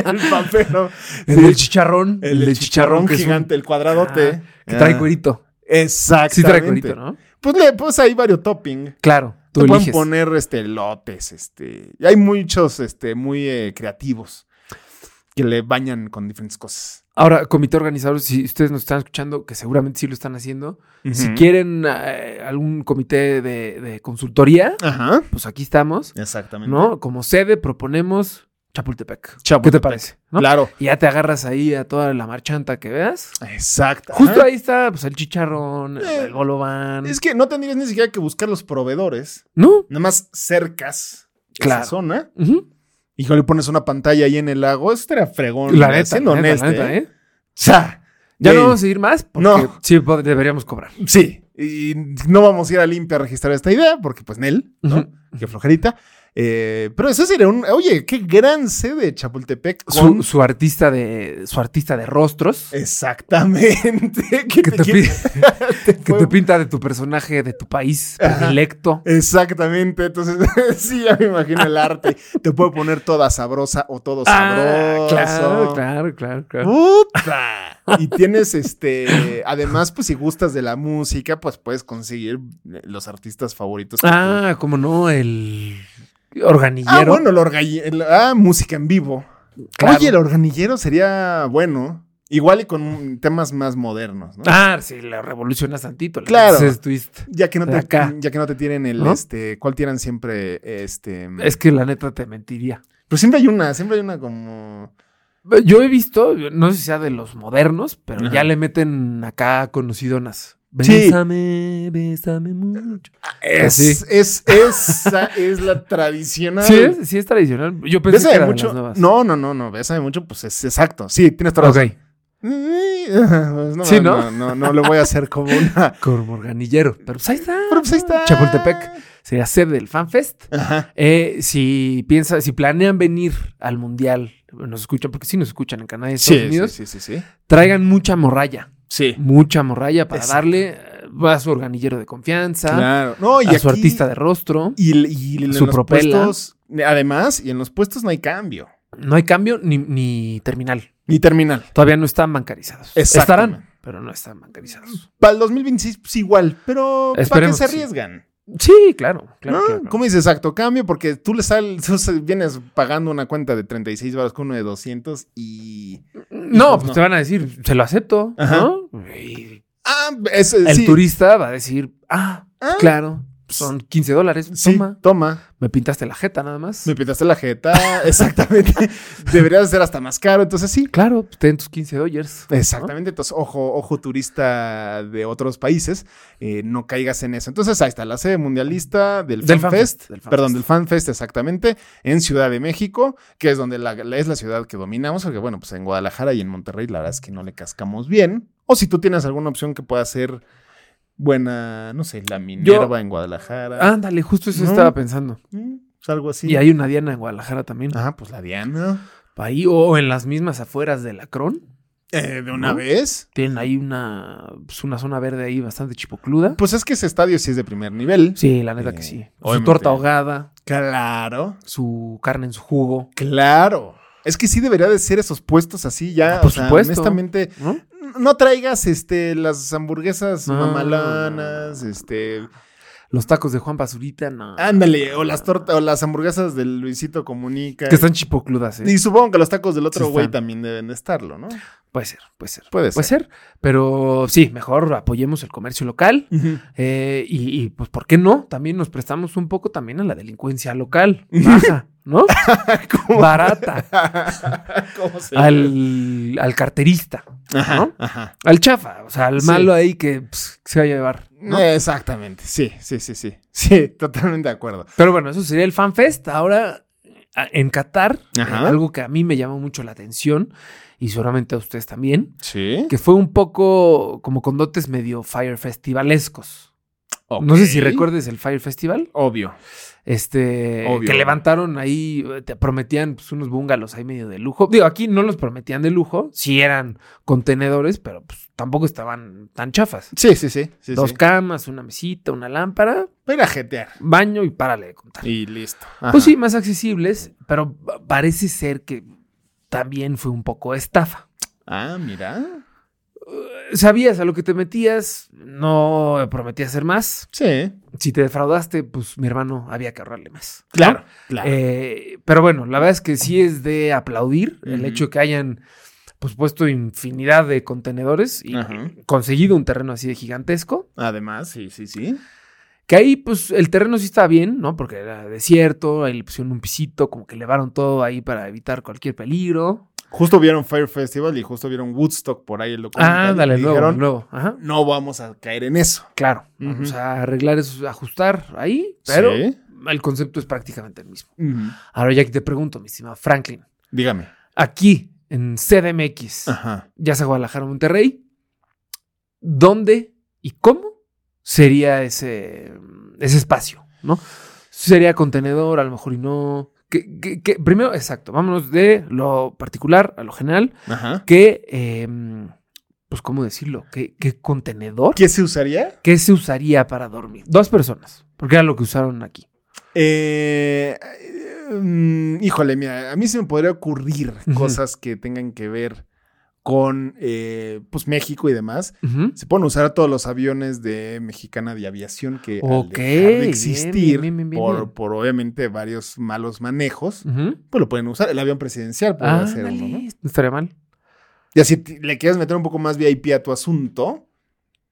[SPEAKER 2] el papero.
[SPEAKER 3] El
[SPEAKER 2] Sí.
[SPEAKER 3] del chicharrón.
[SPEAKER 2] El, del chicharrón,
[SPEAKER 3] que es un-
[SPEAKER 2] gigante, el cuadradote.
[SPEAKER 3] que trae
[SPEAKER 2] Ah,
[SPEAKER 3] cuerito.
[SPEAKER 2] Exactamente.
[SPEAKER 3] Sí trae cuerito, ¿no?
[SPEAKER 2] Pues le pues hay varios topping.
[SPEAKER 3] Claro, tú
[SPEAKER 2] Te pueden
[SPEAKER 3] eliges.
[SPEAKER 2] poner este lotes, este. y hay muchos este muy eh, creativos que le bañan con diferentes cosas.
[SPEAKER 3] Ahora, comité organizador, si ustedes nos están escuchando, que seguramente sí lo están haciendo, si
[SPEAKER 2] Ujú.
[SPEAKER 3] quieren eh, algún comité de, de consultoría,
[SPEAKER 2] Ajá.
[SPEAKER 3] pues aquí estamos,
[SPEAKER 2] Exactamente.
[SPEAKER 3] ¿no? Como sede proponemos Chapultepec. ¿Qué te
[SPEAKER 2] Chapultepec,
[SPEAKER 3] parece? ¿No?
[SPEAKER 2] Claro.
[SPEAKER 3] Y ya te agarras ahí a toda la marchanta que veas.
[SPEAKER 2] Exacto.
[SPEAKER 3] Justo
[SPEAKER 2] Ajá.
[SPEAKER 3] ahí está, pues, el chicharrón,
[SPEAKER 2] Eh,
[SPEAKER 3] el golobán.
[SPEAKER 2] Es que no tendrías ni siquiera que buscar los proveedores.
[SPEAKER 3] ¿No?
[SPEAKER 2] Nada más cercas
[SPEAKER 3] Claro.
[SPEAKER 2] esa zona.
[SPEAKER 3] Ujú.
[SPEAKER 2] Y le pones una pantalla ahí en el lago. Esto era fregón.
[SPEAKER 3] La
[SPEAKER 2] mira,
[SPEAKER 3] neta,
[SPEAKER 2] siendo
[SPEAKER 3] la neta,
[SPEAKER 2] honesto.
[SPEAKER 3] la neta,
[SPEAKER 2] ¿eh?
[SPEAKER 3] ¿eh?
[SPEAKER 2] O sea,
[SPEAKER 3] Ya no
[SPEAKER 2] güey,
[SPEAKER 3] vamos a ir más porque
[SPEAKER 2] No.
[SPEAKER 3] sí pod- deberíamos cobrar.
[SPEAKER 2] Sí, y no vamos a ir a limpia a registrar esta idea, porque pues Nel, ¿no?
[SPEAKER 3] Ujú.
[SPEAKER 2] Qué flojerita. Eh, pero ese sería un. Oye, qué gran sede Chapultepec.
[SPEAKER 3] Su,
[SPEAKER 2] Con... Eh,
[SPEAKER 3] su artista de su artista de rostros
[SPEAKER 2] Exactamente. ¿Qué
[SPEAKER 3] que te,
[SPEAKER 2] te-
[SPEAKER 3] pi-
[SPEAKER 2] te
[SPEAKER 3] que
[SPEAKER 2] fue-
[SPEAKER 3] te pinta de tu personaje de tu país predilecto.
[SPEAKER 2] Exactamente, entonces sí, ya me imagino el arte. Te puedo poner toda sabrosa o todo
[SPEAKER 3] Ah,
[SPEAKER 2] sabroso.
[SPEAKER 3] claro, claro, claro, claro.
[SPEAKER 2] Puta. Y tienes este, además, pues si gustas de la música, pues puedes conseguir eh, los artistas favoritos. que tú-
[SPEAKER 3] Ah, como no, el
[SPEAKER 2] Ah,
[SPEAKER 3] organillero.
[SPEAKER 2] bueno, el organillero. Ah, música en vivo.
[SPEAKER 3] Claro.
[SPEAKER 2] Oye, el organillero sería bueno. Igual y con temas más modernos, ¿no?
[SPEAKER 3] Ah, sí, la revolucionas tantito. le
[SPEAKER 2] Claro.
[SPEAKER 3] haces twist.
[SPEAKER 2] Ya que no, te,
[SPEAKER 3] acá.
[SPEAKER 2] ya que no te tienen el
[SPEAKER 3] ¿No?
[SPEAKER 2] este, ¿cuál tienen siempre? Este.
[SPEAKER 3] Es que la neta te mentiría.
[SPEAKER 2] Pero siempre hay una, siempre hay una como.
[SPEAKER 3] Yo he visto, no sé si sea de los modernos, pero
[SPEAKER 2] Ajá.
[SPEAKER 3] ya le meten acá conocidonas.
[SPEAKER 2] Sí.
[SPEAKER 3] Bésame, bésame mucho.
[SPEAKER 2] Es,
[SPEAKER 3] Sí.
[SPEAKER 2] es, esa es la tradicional.
[SPEAKER 3] Sí, es, sí es tradicional. Yo pensé
[SPEAKER 2] Bésame
[SPEAKER 3] que era
[SPEAKER 2] mucho.
[SPEAKER 3] de las nuevas.
[SPEAKER 2] no, no, no, no. Bésame mucho, pues es exacto. Sí, tienes toda la
[SPEAKER 3] Ok.
[SPEAKER 2] razón. Pues no,
[SPEAKER 3] Sí,
[SPEAKER 2] no,
[SPEAKER 3] ¿no?
[SPEAKER 2] no, no lo voy a hacer como una.
[SPEAKER 3] Como organillero. Pero pues ahí está.
[SPEAKER 2] Pero pues ahí está.
[SPEAKER 3] Chapultepec sería sede del FanFest.
[SPEAKER 2] Ajá.
[SPEAKER 3] Eh, si piensan, si planean venir al mundial, nos escuchan, porque sí nos escuchan en Canadá y Estados
[SPEAKER 2] Sí, sí,
[SPEAKER 3] Unidos,
[SPEAKER 2] sí, sí, sí.
[SPEAKER 3] traigan mucha morralla,
[SPEAKER 2] Sí.
[SPEAKER 3] mucha morralla para
[SPEAKER 2] Exacto.
[SPEAKER 3] darle eh, a su organillero de confianza,
[SPEAKER 2] Claro. No, y
[SPEAKER 3] a su
[SPEAKER 2] aquí-
[SPEAKER 3] artista de rostro.
[SPEAKER 2] Y, y en
[SPEAKER 3] Su
[SPEAKER 2] los
[SPEAKER 3] propela.
[SPEAKER 2] puestos, además, y en los puestos no hay cambio.
[SPEAKER 3] No hay cambio ni, ni terminal.
[SPEAKER 2] Ni terminal.
[SPEAKER 3] Todavía no están bancarizados.
[SPEAKER 2] Exacto.
[SPEAKER 3] Estarán, pero no están bancarizados.
[SPEAKER 2] Para el 2026, pues igual, pero ¿para qué
[SPEAKER 3] Esperemos
[SPEAKER 2] se
[SPEAKER 3] que sí.
[SPEAKER 2] arriesgan?
[SPEAKER 3] Sí, claro, claro.
[SPEAKER 2] ¿No?
[SPEAKER 3] claro, claro.
[SPEAKER 2] ¿Cómo dices exacto? Cambio porque tú le sales, tú se- vienes pagando una cuenta de 36 baros con uno de 200 y...
[SPEAKER 3] No,
[SPEAKER 2] Pues
[SPEAKER 3] pues
[SPEAKER 2] no.
[SPEAKER 3] te van a decir, se lo acepto,
[SPEAKER 2] Ajá.
[SPEAKER 3] ¿no? Y
[SPEAKER 2] Ah, es,
[SPEAKER 3] el
[SPEAKER 2] sí.
[SPEAKER 3] turista va a decir, ah,
[SPEAKER 2] Ah,
[SPEAKER 3] claro, son 15 dólares,
[SPEAKER 2] Sí,
[SPEAKER 3] toma.
[SPEAKER 2] toma.
[SPEAKER 3] Me pintaste la jeta nada más.
[SPEAKER 2] Me pintaste la jeta, exactamente. Debería de ser hasta más caro, entonces sí.
[SPEAKER 3] Claro, pues, ten tus 15 Dodgers.
[SPEAKER 2] Exactamente, entonces ojo, ojo turista de otros países, eh, no caigas en eso. Entonces ahí está la sede mundialista del,
[SPEAKER 3] Del
[SPEAKER 2] FanFest,
[SPEAKER 3] FanFest, del FanFest.
[SPEAKER 2] perdón, del FanFest exactamente, en Ciudad de México, que es donde la, la- es la ciudad que dominamos, porque bueno, pues en Guadalajara y en Monterrey la verdad es que no le cascamos bien. O si tú tienes alguna opción que pueda ser buena, no sé, la Minerva en Guadalajara,
[SPEAKER 3] Ándale, justo eso
[SPEAKER 2] No.
[SPEAKER 3] estaba pensando.
[SPEAKER 2] mm, pues, algo así.
[SPEAKER 3] Ah. Y hay una Diana en Guadalajara también.
[SPEAKER 2] Ah, pues la Diana.
[SPEAKER 3] Ahí o en las mismas afueras de Lacrón.
[SPEAKER 2] Eh, de una
[SPEAKER 3] ¿No?
[SPEAKER 2] vez.
[SPEAKER 3] Tienen ahí una, pues, una zona verde ahí bastante chipocluda.
[SPEAKER 2] Pues es que ese estadio sí es de primer nivel.
[SPEAKER 3] Sí, la neta
[SPEAKER 2] Eh,
[SPEAKER 3] que sí. Su
[SPEAKER 2] obviamente.
[SPEAKER 3] torta ahogada,
[SPEAKER 2] Claro.
[SPEAKER 3] su carne en su jugo.
[SPEAKER 2] Claro. Es que sí debería de ser esos puestos así ya.
[SPEAKER 3] Ah, por
[SPEAKER 2] o sea,
[SPEAKER 3] supuesto.
[SPEAKER 2] honestamente,
[SPEAKER 3] ¿no?
[SPEAKER 2] no traigas este, las hamburguesas
[SPEAKER 3] No.
[SPEAKER 2] mamalonas, este.
[SPEAKER 3] Los tacos de Juan Basurita, no.
[SPEAKER 2] Ándale, o las tortas, o las hamburguesas del Luisito Comunica.
[SPEAKER 3] Que están chipocludas, ¿eh?
[SPEAKER 2] Y supongo que los tacos del otro
[SPEAKER 3] Sí
[SPEAKER 2] güey
[SPEAKER 3] están.
[SPEAKER 2] también deben de estarlo, ¿no?
[SPEAKER 3] Puede ser, puede ser.
[SPEAKER 2] Puede
[SPEAKER 3] Puede ser. Pero sí, mejor apoyemos el comercio local. Eh, y, y, pues, ¿por qué no? También nos prestamos un poco también a la delincuencia local. Baja, ¿no?
[SPEAKER 2] ¿Cómo?
[SPEAKER 3] Barata.
[SPEAKER 2] ¿Cómo se
[SPEAKER 3] Al, al carterista, ¿no?
[SPEAKER 2] Ajá.
[SPEAKER 3] Al chafa, o sea, al
[SPEAKER 2] Sí.
[SPEAKER 3] malo ahí que pues, se va a llevar. ¿no?
[SPEAKER 2] Exactamente, sí, sí, sí, sí. Sí, totalmente de acuerdo.
[SPEAKER 3] Pero bueno, eso sería el fanfest. Ahora, a- en Qatar,
[SPEAKER 2] Ajá.
[SPEAKER 3] eh, algo que a mí me llamó mucho la atención y seguramente a ustedes también,
[SPEAKER 2] Sí.
[SPEAKER 3] que fue un poco como con dotes medio fire festivalescos. No sé si recuerdes el Fire Festival.
[SPEAKER 2] Obvio.
[SPEAKER 3] Este,
[SPEAKER 2] Obvio.
[SPEAKER 3] que levantaron ahí, eh, te prometían pues, unos bungalows ahí medio de lujo. Digo, aquí no los prometían de lujo, sí eran contenedores, pero pues tampoco estaban tan chafas.
[SPEAKER 2] Sí, sí, sí. sí,
[SPEAKER 3] Dos
[SPEAKER 2] sí.
[SPEAKER 3] camas, una mesita, una lámpara,
[SPEAKER 2] Para jetear.
[SPEAKER 3] baño y párale de contar.
[SPEAKER 2] Y listo.
[SPEAKER 3] Pues sí, más accesibles, pero pa- parece ser que también fue un poco estafa.
[SPEAKER 2] Ah, mira.
[SPEAKER 3] Sabías a lo que te metías, no prometías hacer más.
[SPEAKER 2] Sí.
[SPEAKER 3] Si te defraudaste, pues mi hermano había que ahorrarle más. ¿no?
[SPEAKER 2] Claro, claro.
[SPEAKER 3] Eh, pero bueno, la verdad es que sí es de aplaudir el
[SPEAKER 2] Ujú.
[SPEAKER 3] hecho de que hayan pues, puesto infinidad de contenedores y
[SPEAKER 2] Ajá.
[SPEAKER 3] conseguido un terreno así de gigantesco.
[SPEAKER 2] Además, sí, sí, sí.
[SPEAKER 3] Que ahí, pues, el terreno sí estaba bien, ¿no? Porque era desierto, ahí le pusieron un pisito, como que elevaron todo ahí para evitar cualquier peligro.
[SPEAKER 2] Justo vieron Fire Festival y justo vieron Woodstock por ahí en lo
[SPEAKER 3] Ah,
[SPEAKER 2] comentario,
[SPEAKER 3] dale,
[SPEAKER 2] y
[SPEAKER 3] luego,
[SPEAKER 2] dijeron,
[SPEAKER 3] luego. Ajá.
[SPEAKER 2] no vamos a caer en eso.
[SPEAKER 3] Claro, vamos
[SPEAKER 2] Ujú.
[SPEAKER 3] a arreglar eso, ajustar ahí, pero
[SPEAKER 2] Sí.
[SPEAKER 3] el concepto es prácticamente el mismo. Ahora ya que te pregunto, mi estimado Franklin,
[SPEAKER 2] Dígame.
[SPEAKER 3] aquí en CDMX,
[SPEAKER 2] Ajá.
[SPEAKER 3] ya sea Guadalajara o Monterrey, ¿dónde y cómo sería ese, ese espacio? ¿no? sería contenedor, a lo mejor y no. Que, que- que- primero, exacto, vámonos de lo particular a lo general,
[SPEAKER 2] Ajá.
[SPEAKER 3] que, eh, pues, ¿cómo decirlo? ¿Qué, qué contenedor?
[SPEAKER 2] ¿Qué se usaría?
[SPEAKER 3] ¿Qué se usaría para dormir? Dos personas, porque era lo que usaron aquí.
[SPEAKER 2] Eh, mm, híjole, mira, a mí se me podría ocurrir
[SPEAKER 3] Ujú.
[SPEAKER 2] cosas que tengan que ver con eh, pues México y demás.
[SPEAKER 3] Ujú.
[SPEAKER 2] Se pueden usar todos los aviones de Mexicana de Aviación que al
[SPEAKER 3] Ok,
[SPEAKER 2] dejar de
[SPEAKER 3] bien,
[SPEAKER 2] existir
[SPEAKER 3] bien, bien, bien,
[SPEAKER 2] por,
[SPEAKER 3] bien.
[SPEAKER 2] por obviamente varios malos manejos,
[SPEAKER 3] Ujú.
[SPEAKER 2] pues lo pueden usar. El avión presidencial puede
[SPEAKER 3] Ah,
[SPEAKER 2] ser
[SPEAKER 3] ándale,
[SPEAKER 2] uno, ¿no?
[SPEAKER 3] no estaría mal.
[SPEAKER 2] Y así te- le quieres meter un poco más VIP a tu asunto,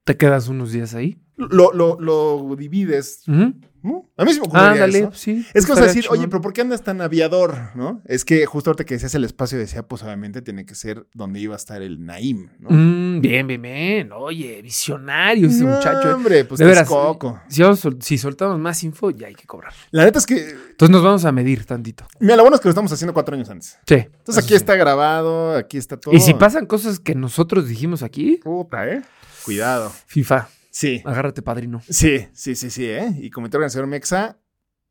[SPEAKER 3] Te quedas unos días ahí.
[SPEAKER 2] lo, lo, lo divides.
[SPEAKER 3] Ujú.
[SPEAKER 2] ¿no? A mí se me ocurriría
[SPEAKER 3] Ah, ándale,
[SPEAKER 2] eso.
[SPEAKER 3] sí.
[SPEAKER 2] Es que vas a
[SPEAKER 3] estaría
[SPEAKER 2] decir, oye,
[SPEAKER 3] chingón.
[SPEAKER 2] pero ¿por qué andas tan aviador? ¿No? Es que justo ahorita que decías el espacio, decía, pues obviamente tiene que ser donde iba a estar el Naim, ¿no?
[SPEAKER 3] Mm, bien, bien, bien. Oye, visionario ese
[SPEAKER 2] No,
[SPEAKER 3] muchacho. ¿eh?
[SPEAKER 2] Hombre, pues
[SPEAKER 3] De
[SPEAKER 2] es
[SPEAKER 3] veras,
[SPEAKER 2] coco.
[SPEAKER 3] Si, vamos sol- si soltamos más info, ya hay que cobrar.
[SPEAKER 2] La neta es que,
[SPEAKER 3] Entonces nos vamos a medir tantito.
[SPEAKER 2] mira, lo bueno es que lo estamos haciendo cuatro años antes.
[SPEAKER 3] Sí.
[SPEAKER 2] Entonces aquí está grabado, aquí está todo.
[SPEAKER 3] Y si pasan cosas que nosotros dijimos aquí,
[SPEAKER 2] Puta, ¿eh? Cuidado.
[SPEAKER 3] FIFA,
[SPEAKER 2] Sí.
[SPEAKER 3] agárrate padrino.
[SPEAKER 2] Sí, sí, sí, sí, ¿eh? Y comité organizador Mexa,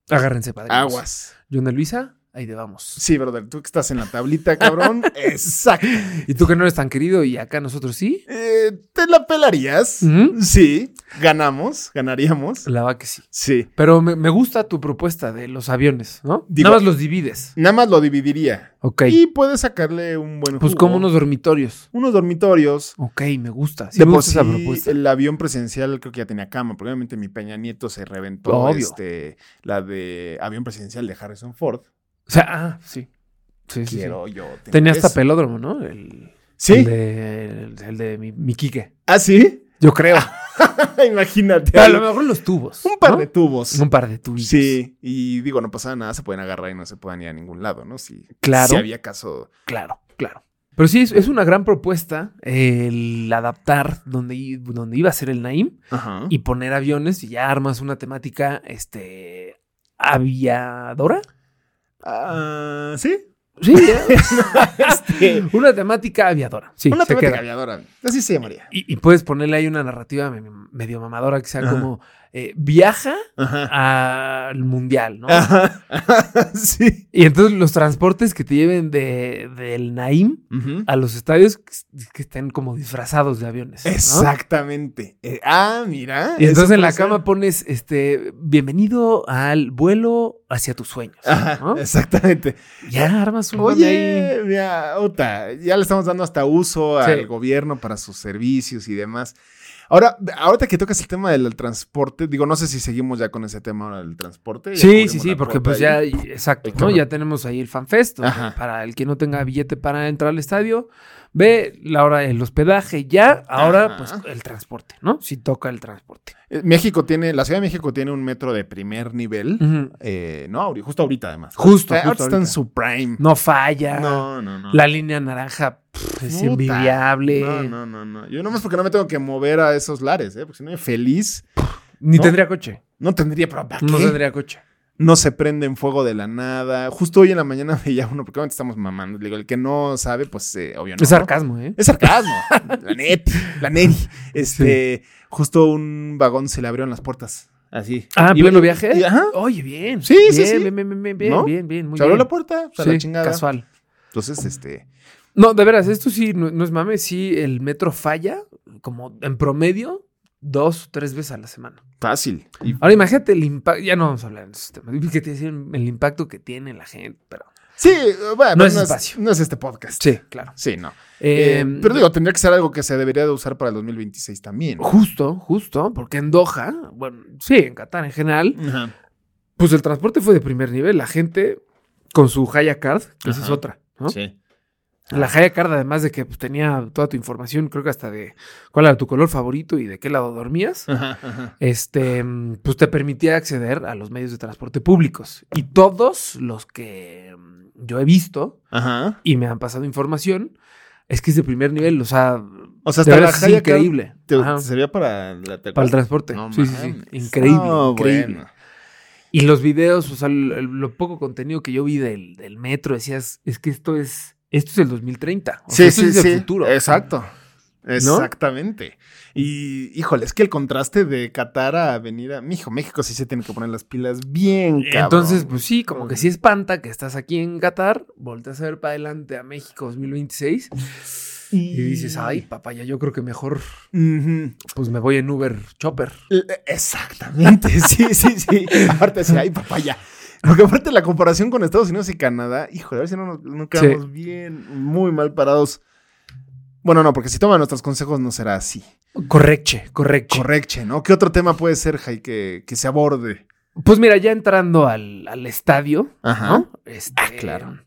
[SPEAKER 3] Agárrense padrino.
[SPEAKER 2] aguas.
[SPEAKER 3] Yona Luisa, ahí te vamos.
[SPEAKER 2] Sí, brother, tú que estás en la tablita, cabrón. Exacto.
[SPEAKER 3] Y tú que no eres tan querido y acá nosotros sí,
[SPEAKER 2] Eh, ¿Te la pelarías?
[SPEAKER 3] Ujú.
[SPEAKER 2] Sí. Ganamos, ganaríamos.
[SPEAKER 3] la va que sí.
[SPEAKER 2] Sí.
[SPEAKER 3] Pero me, me gusta tu propuesta de los aviones, ¿no?
[SPEAKER 2] Digo-
[SPEAKER 3] Nada más los divides.
[SPEAKER 2] Nada más lo dividiría.
[SPEAKER 3] Ok.
[SPEAKER 2] Y puedes sacarle un buen
[SPEAKER 3] pues
[SPEAKER 2] jugo.
[SPEAKER 3] como unos dormitorios.
[SPEAKER 2] Unos dormitorios.
[SPEAKER 3] Ok, me gusta. Sí
[SPEAKER 2] De
[SPEAKER 3] me
[SPEAKER 2] por
[SPEAKER 3] gusta esa
[SPEAKER 2] sí,
[SPEAKER 3] propuesta.
[SPEAKER 2] el avión presidencial creo que ya tenía cama. Probablemente mi Peña Nieto se reventó
[SPEAKER 3] Obvio.
[SPEAKER 2] este, la de avión presidencial de Harrison Ford.
[SPEAKER 3] O sea, ah, sí. Sí, sí, sí.
[SPEAKER 2] Quiero yo. tener
[SPEAKER 3] Tenía hasta
[SPEAKER 2] eso.
[SPEAKER 3] pelódromo, ¿no? El,
[SPEAKER 2] Sí.
[SPEAKER 3] El de, el, el de mi, mi Quique.
[SPEAKER 2] ¿Ah, sí?
[SPEAKER 3] Yo creo.
[SPEAKER 2] Imagínate.
[SPEAKER 3] a lo mejor los tubos.
[SPEAKER 2] Un par
[SPEAKER 3] ¿no?
[SPEAKER 2] de tubos.
[SPEAKER 3] Un par de tubos.
[SPEAKER 2] Sí, y digo, no pasaba nada, se pueden agarrar y no se pueden ir a ningún lado, ¿no? Si,
[SPEAKER 3] Claro.
[SPEAKER 2] si había caso.
[SPEAKER 3] Claro, claro. Pero sí, es, es una gran propuesta el adaptar donde, i- donde iba a ser el Naim
[SPEAKER 2] Ajá.
[SPEAKER 3] y poner aviones y ya armas una temática este, aviadora.
[SPEAKER 2] Ah, sí.
[SPEAKER 3] Sí, Este, una temática aviadora. Sí,
[SPEAKER 2] Una
[SPEAKER 3] se
[SPEAKER 2] temática
[SPEAKER 3] queda.
[SPEAKER 2] aviadora. Así se llamaría.
[SPEAKER 3] Y, y puedes ponerle ahí una narrativa me- medio mamadora que sea
[SPEAKER 2] Ajá.
[SPEAKER 3] como eh, viaja
[SPEAKER 2] Ajá.
[SPEAKER 3] al mundial, ¿no?
[SPEAKER 2] Ah. Ajá. sí.
[SPEAKER 3] Y entonces los transportes que te lleven de, del Naim a los estadios que, que estén como disfrazados de aviones. ¿no?
[SPEAKER 2] Exactamente. Eh, ah, mira.
[SPEAKER 3] Y entonces
[SPEAKER 2] eso
[SPEAKER 3] en la
[SPEAKER 2] puede ser.
[SPEAKER 3] cama pones, este, bienvenido al vuelo hacia tus sueños.
[SPEAKER 2] Ajá,
[SPEAKER 3] ¿no?
[SPEAKER 2] exactamente.
[SPEAKER 3] Ya armas un mame ahí.
[SPEAKER 2] Oye, mira, Ota, ya le estamos dando hasta uso
[SPEAKER 3] Sí.
[SPEAKER 2] al gobierno para sus servicios y demás. Ahora, ahorita que tocas el tema del transporte, digo, no sé si seguimos ya con ese tema ahora del transporte. ya
[SPEAKER 3] Sí,
[SPEAKER 2] cubrimos
[SPEAKER 3] sí, sí,
[SPEAKER 2] la
[SPEAKER 3] porque
[SPEAKER 2] cuota
[SPEAKER 3] pues
[SPEAKER 2] ahí.
[SPEAKER 3] ya, exacto,
[SPEAKER 2] Ay,
[SPEAKER 3] ¿no?
[SPEAKER 2] cabrón.
[SPEAKER 3] Ya tenemos ahí el fanfest. donde
[SPEAKER 2] Ajá.
[SPEAKER 3] Para el que no tenga billete para entrar al estadio, ve la hora del hospedaje ya, ahora
[SPEAKER 2] Ajá.
[SPEAKER 3] pues el transporte, ¿no? Si toca el transporte.
[SPEAKER 2] Eh, México tiene, la Ciudad de México tiene un metro de primer nivel.
[SPEAKER 3] Ujú.
[SPEAKER 2] Eh, no, ahori- justo ahorita además.
[SPEAKER 3] Justo,
[SPEAKER 2] Ahorita-
[SPEAKER 3] justo
[SPEAKER 2] ahorita está en
[SPEAKER 3] ahorita.
[SPEAKER 2] su prime.
[SPEAKER 3] No falla.
[SPEAKER 2] no, no. no.
[SPEAKER 3] La línea naranja pff, es
[SPEAKER 2] Puta.
[SPEAKER 3] invidiable.
[SPEAKER 2] No, no, no, no. Yo nomás porque no me tengo que mover a esos lares, ¿eh? Porque si no, yo feliz.
[SPEAKER 3] Ni
[SPEAKER 2] No.
[SPEAKER 3] tendría coche.
[SPEAKER 2] No tendría, pero ¿para
[SPEAKER 3] No
[SPEAKER 2] qué?
[SPEAKER 3] tendría coche.
[SPEAKER 2] no se prende en fuego de la nada. Justo hoy en la mañana veía uno, porque obviamente estamos mamando. Le digo, el que no sabe, pues eh, obvio no.
[SPEAKER 3] es
[SPEAKER 2] ¿no?
[SPEAKER 3] sarcasmo, ¿eh?
[SPEAKER 2] Es sarcasmo. la neti, la neri. Este, justo un vagón se le abrieron las puertas. Así.
[SPEAKER 3] Ah, ¿en
[SPEAKER 2] Iba-
[SPEAKER 3] pleno viaje?
[SPEAKER 2] y- ajá.
[SPEAKER 3] Oye, bien.
[SPEAKER 2] Sí, sí,
[SPEAKER 3] Bien,
[SPEAKER 2] sí.
[SPEAKER 3] Bien, bien, bien, bien, bien,
[SPEAKER 2] ¿No?
[SPEAKER 3] bien, bien, muy
[SPEAKER 2] se abrió
[SPEAKER 3] bien.
[SPEAKER 2] la puerta, o sea, la
[SPEAKER 3] Sí,
[SPEAKER 2] chingada.
[SPEAKER 3] casual.
[SPEAKER 2] Entonces, este.
[SPEAKER 3] No, de veras, esto sí, no, no es mame, sí el metro falla como en promedio dos o tres veces a la semana.
[SPEAKER 2] Fácil. Y-
[SPEAKER 3] Ahora imagínate el impacto, ya no vamos a hablar de esos temas, que te decían el impacto que tiene la gente, pero...
[SPEAKER 2] sí, eh, bueno,
[SPEAKER 3] No
[SPEAKER 2] no,
[SPEAKER 3] es
[SPEAKER 2] es,
[SPEAKER 3] espacio.
[SPEAKER 2] no es este podcast.
[SPEAKER 3] Sí, claro.
[SPEAKER 2] Sí, no.
[SPEAKER 3] Eh,
[SPEAKER 2] Eh, pero digo, tendría que ser algo que se debería de usar para el 2026 también.
[SPEAKER 3] Justo, justo, porque en Doha, bueno, sí, en Qatar en general,
[SPEAKER 2] Ajá.
[SPEAKER 3] pues el transporte fue de primer nivel, la gente con su Haya Card, que esa es
[SPEAKER 2] Ajá.
[SPEAKER 3] otra, ¿no?
[SPEAKER 2] Sí.
[SPEAKER 3] La Haya Card, además de que pues, tenía toda tu información, creo que hasta de cuál era tu color favorito y de qué lado dormías,
[SPEAKER 2] Ajá, ajá.
[SPEAKER 3] este, mm, pues te permitía acceder a los medios de transporte públicos. Y todos los que mm, yo he visto
[SPEAKER 2] Ajá.
[SPEAKER 3] y me han pasado información, es que es de primer nivel, o sea,
[SPEAKER 2] O sea, hasta
[SPEAKER 3] de
[SPEAKER 2] la
[SPEAKER 3] veras es
[SPEAKER 2] Haya Card
[SPEAKER 3] increíble.
[SPEAKER 2] ¿Te,
[SPEAKER 3] Ajá,
[SPEAKER 2] te servía para la te-
[SPEAKER 3] para el transporte.
[SPEAKER 2] No
[SPEAKER 3] sí, sí, sí.
[SPEAKER 2] mames.
[SPEAKER 3] Increíble,
[SPEAKER 2] No,
[SPEAKER 3] increíble.
[SPEAKER 2] bueno.
[SPEAKER 3] Y los videos, o sea, el- el- lo poco contenido que yo vi del, del metro, decías, es que esto es, esto es el 2030. o sea,
[SPEAKER 2] Sí,
[SPEAKER 3] esto
[SPEAKER 2] sí,
[SPEAKER 3] es el
[SPEAKER 2] sí.
[SPEAKER 3] futuro.
[SPEAKER 2] Exacto. Exactamente. Y híjole, es que el contraste de Qatar a venir a. Mijo, México sí se tiene que poner las pilas bien, cabrón.
[SPEAKER 3] Entonces, pues sí, como que sí espanta que estás aquí en Qatar, volteas a ver para adelante a México 2026 y dices, ay, papá, ya yo creo que mejor
[SPEAKER 2] Ujú.
[SPEAKER 3] pues me voy en Uber Chopper.
[SPEAKER 2] L- Exactamente, sí, sí, sí. Aparte, sí, ay, papaya. Porque aparte la comparación con Estados Unidos y Canadá, híjole, a ver si no nos no quedamos bien, muy mal parados. Bueno, no, porque si toman nuestros consejos no será así.
[SPEAKER 3] Correcche, correcche.
[SPEAKER 2] Correcche, ¿no? ¿Qué otro tema puede ser, Jai, que, que se aborde?
[SPEAKER 3] Pues mira, ya entrando al, al estadio,
[SPEAKER 2] Ajá.
[SPEAKER 3] ¿no? Este,
[SPEAKER 2] claro.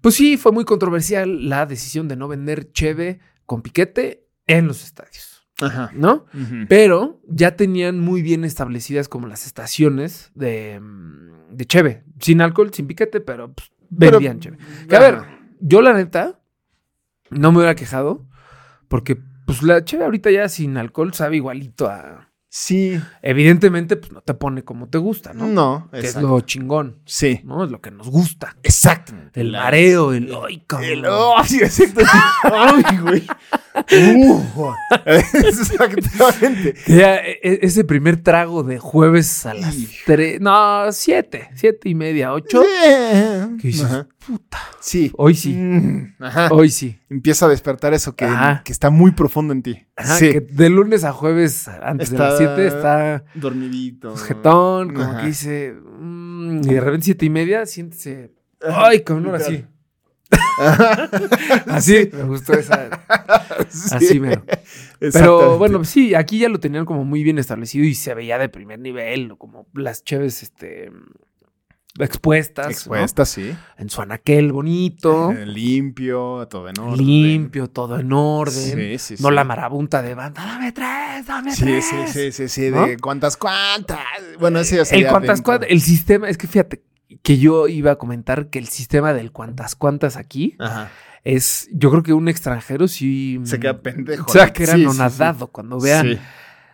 [SPEAKER 3] Pues sí, fue muy controversial la decisión de no vender cheve con piquete en los estadios,
[SPEAKER 2] Ajá.
[SPEAKER 3] ¿no?
[SPEAKER 2] Ujú.
[SPEAKER 3] Pero ya tenían muy bien establecidas como las estaciones de, mm, de cheve. Sin alcohol, sin piquete, pero pues,
[SPEAKER 2] Pero-
[SPEAKER 3] vendían cheve. Que a ver, yo la neta no me hubiera quejado porque pues la cheve ahorita ya sin alcohol sabe igualito a...
[SPEAKER 2] Sí.
[SPEAKER 3] Evidentemente, pues no te pone como te gusta, ¿no?
[SPEAKER 2] No,
[SPEAKER 3] Que es
[SPEAKER 2] exacto.
[SPEAKER 3] lo chingón,
[SPEAKER 2] Sí.
[SPEAKER 3] ¿no? Es lo que nos gusta.
[SPEAKER 2] Exactamente.
[SPEAKER 3] El
[SPEAKER 2] La-
[SPEAKER 3] mareo, el... ¡Ay, cabrón!
[SPEAKER 2] El- ¡Oh, sí, exacto! ¡Ay, güey! Uh, exactamente.
[SPEAKER 3] Ya, e- e- ese primer trago de jueves a las
[SPEAKER 2] Hijo.
[SPEAKER 3] 3, no, 7, 7 y media, 8.
[SPEAKER 2] ¿Qué
[SPEAKER 3] dices?
[SPEAKER 2] Puta. Sí.
[SPEAKER 3] Hoy sí,
[SPEAKER 2] Mm, ajá.
[SPEAKER 3] hoy sí.
[SPEAKER 2] Empieza a despertar eso que,
[SPEAKER 3] Ajá.
[SPEAKER 2] que está muy profundo en ti.
[SPEAKER 3] Ajá, Que de lunes a jueves antes de las
[SPEAKER 2] Está-
[SPEAKER 3] 7 está pues,
[SPEAKER 2] Dormidito.
[SPEAKER 3] jetón, como
[SPEAKER 2] Ajá.
[SPEAKER 3] que dice. mm, y de repente 7 y media, siéntese. Ay, cabrón, ahora sí. así, me gustó esa.
[SPEAKER 2] Sí,
[SPEAKER 3] Así mero. Pero
[SPEAKER 2] exactamente.
[SPEAKER 3] bueno, sí, aquí ya lo tenían como muy bien establecido y se veía de primer nivel, como las cheves este, expuestas. ¿no?
[SPEAKER 2] Expuesta, sí.
[SPEAKER 3] en su anaquel bonito,
[SPEAKER 2] Eh, Limpio, todo en orden.
[SPEAKER 3] limpio, todo en
[SPEAKER 2] Sí,
[SPEAKER 3] orden.
[SPEAKER 2] sí,
[SPEAKER 3] no
[SPEAKER 2] sí.
[SPEAKER 3] la marabunta de banda, dame tres, dame
[SPEAKER 2] Sí,
[SPEAKER 3] tres.
[SPEAKER 2] sí, sí, sí, sí,
[SPEAKER 3] ¿No?
[SPEAKER 2] de cuántas, cuántas. Bueno, ese ya
[SPEAKER 3] El
[SPEAKER 2] sería
[SPEAKER 3] cuantas
[SPEAKER 2] dentro.
[SPEAKER 3] cuantas, el sistema, es que fíjate que yo iba a comentar que el sistema del cuantas cuantas aquí
[SPEAKER 2] Ajá.
[SPEAKER 3] es, yo creo que un extranjero sí
[SPEAKER 2] Se queda pendejo.
[SPEAKER 3] Se va a quedar
[SPEAKER 2] Sí, sí,
[SPEAKER 3] anonadado cuando
[SPEAKER 2] sí.
[SPEAKER 3] vea
[SPEAKER 2] Sí.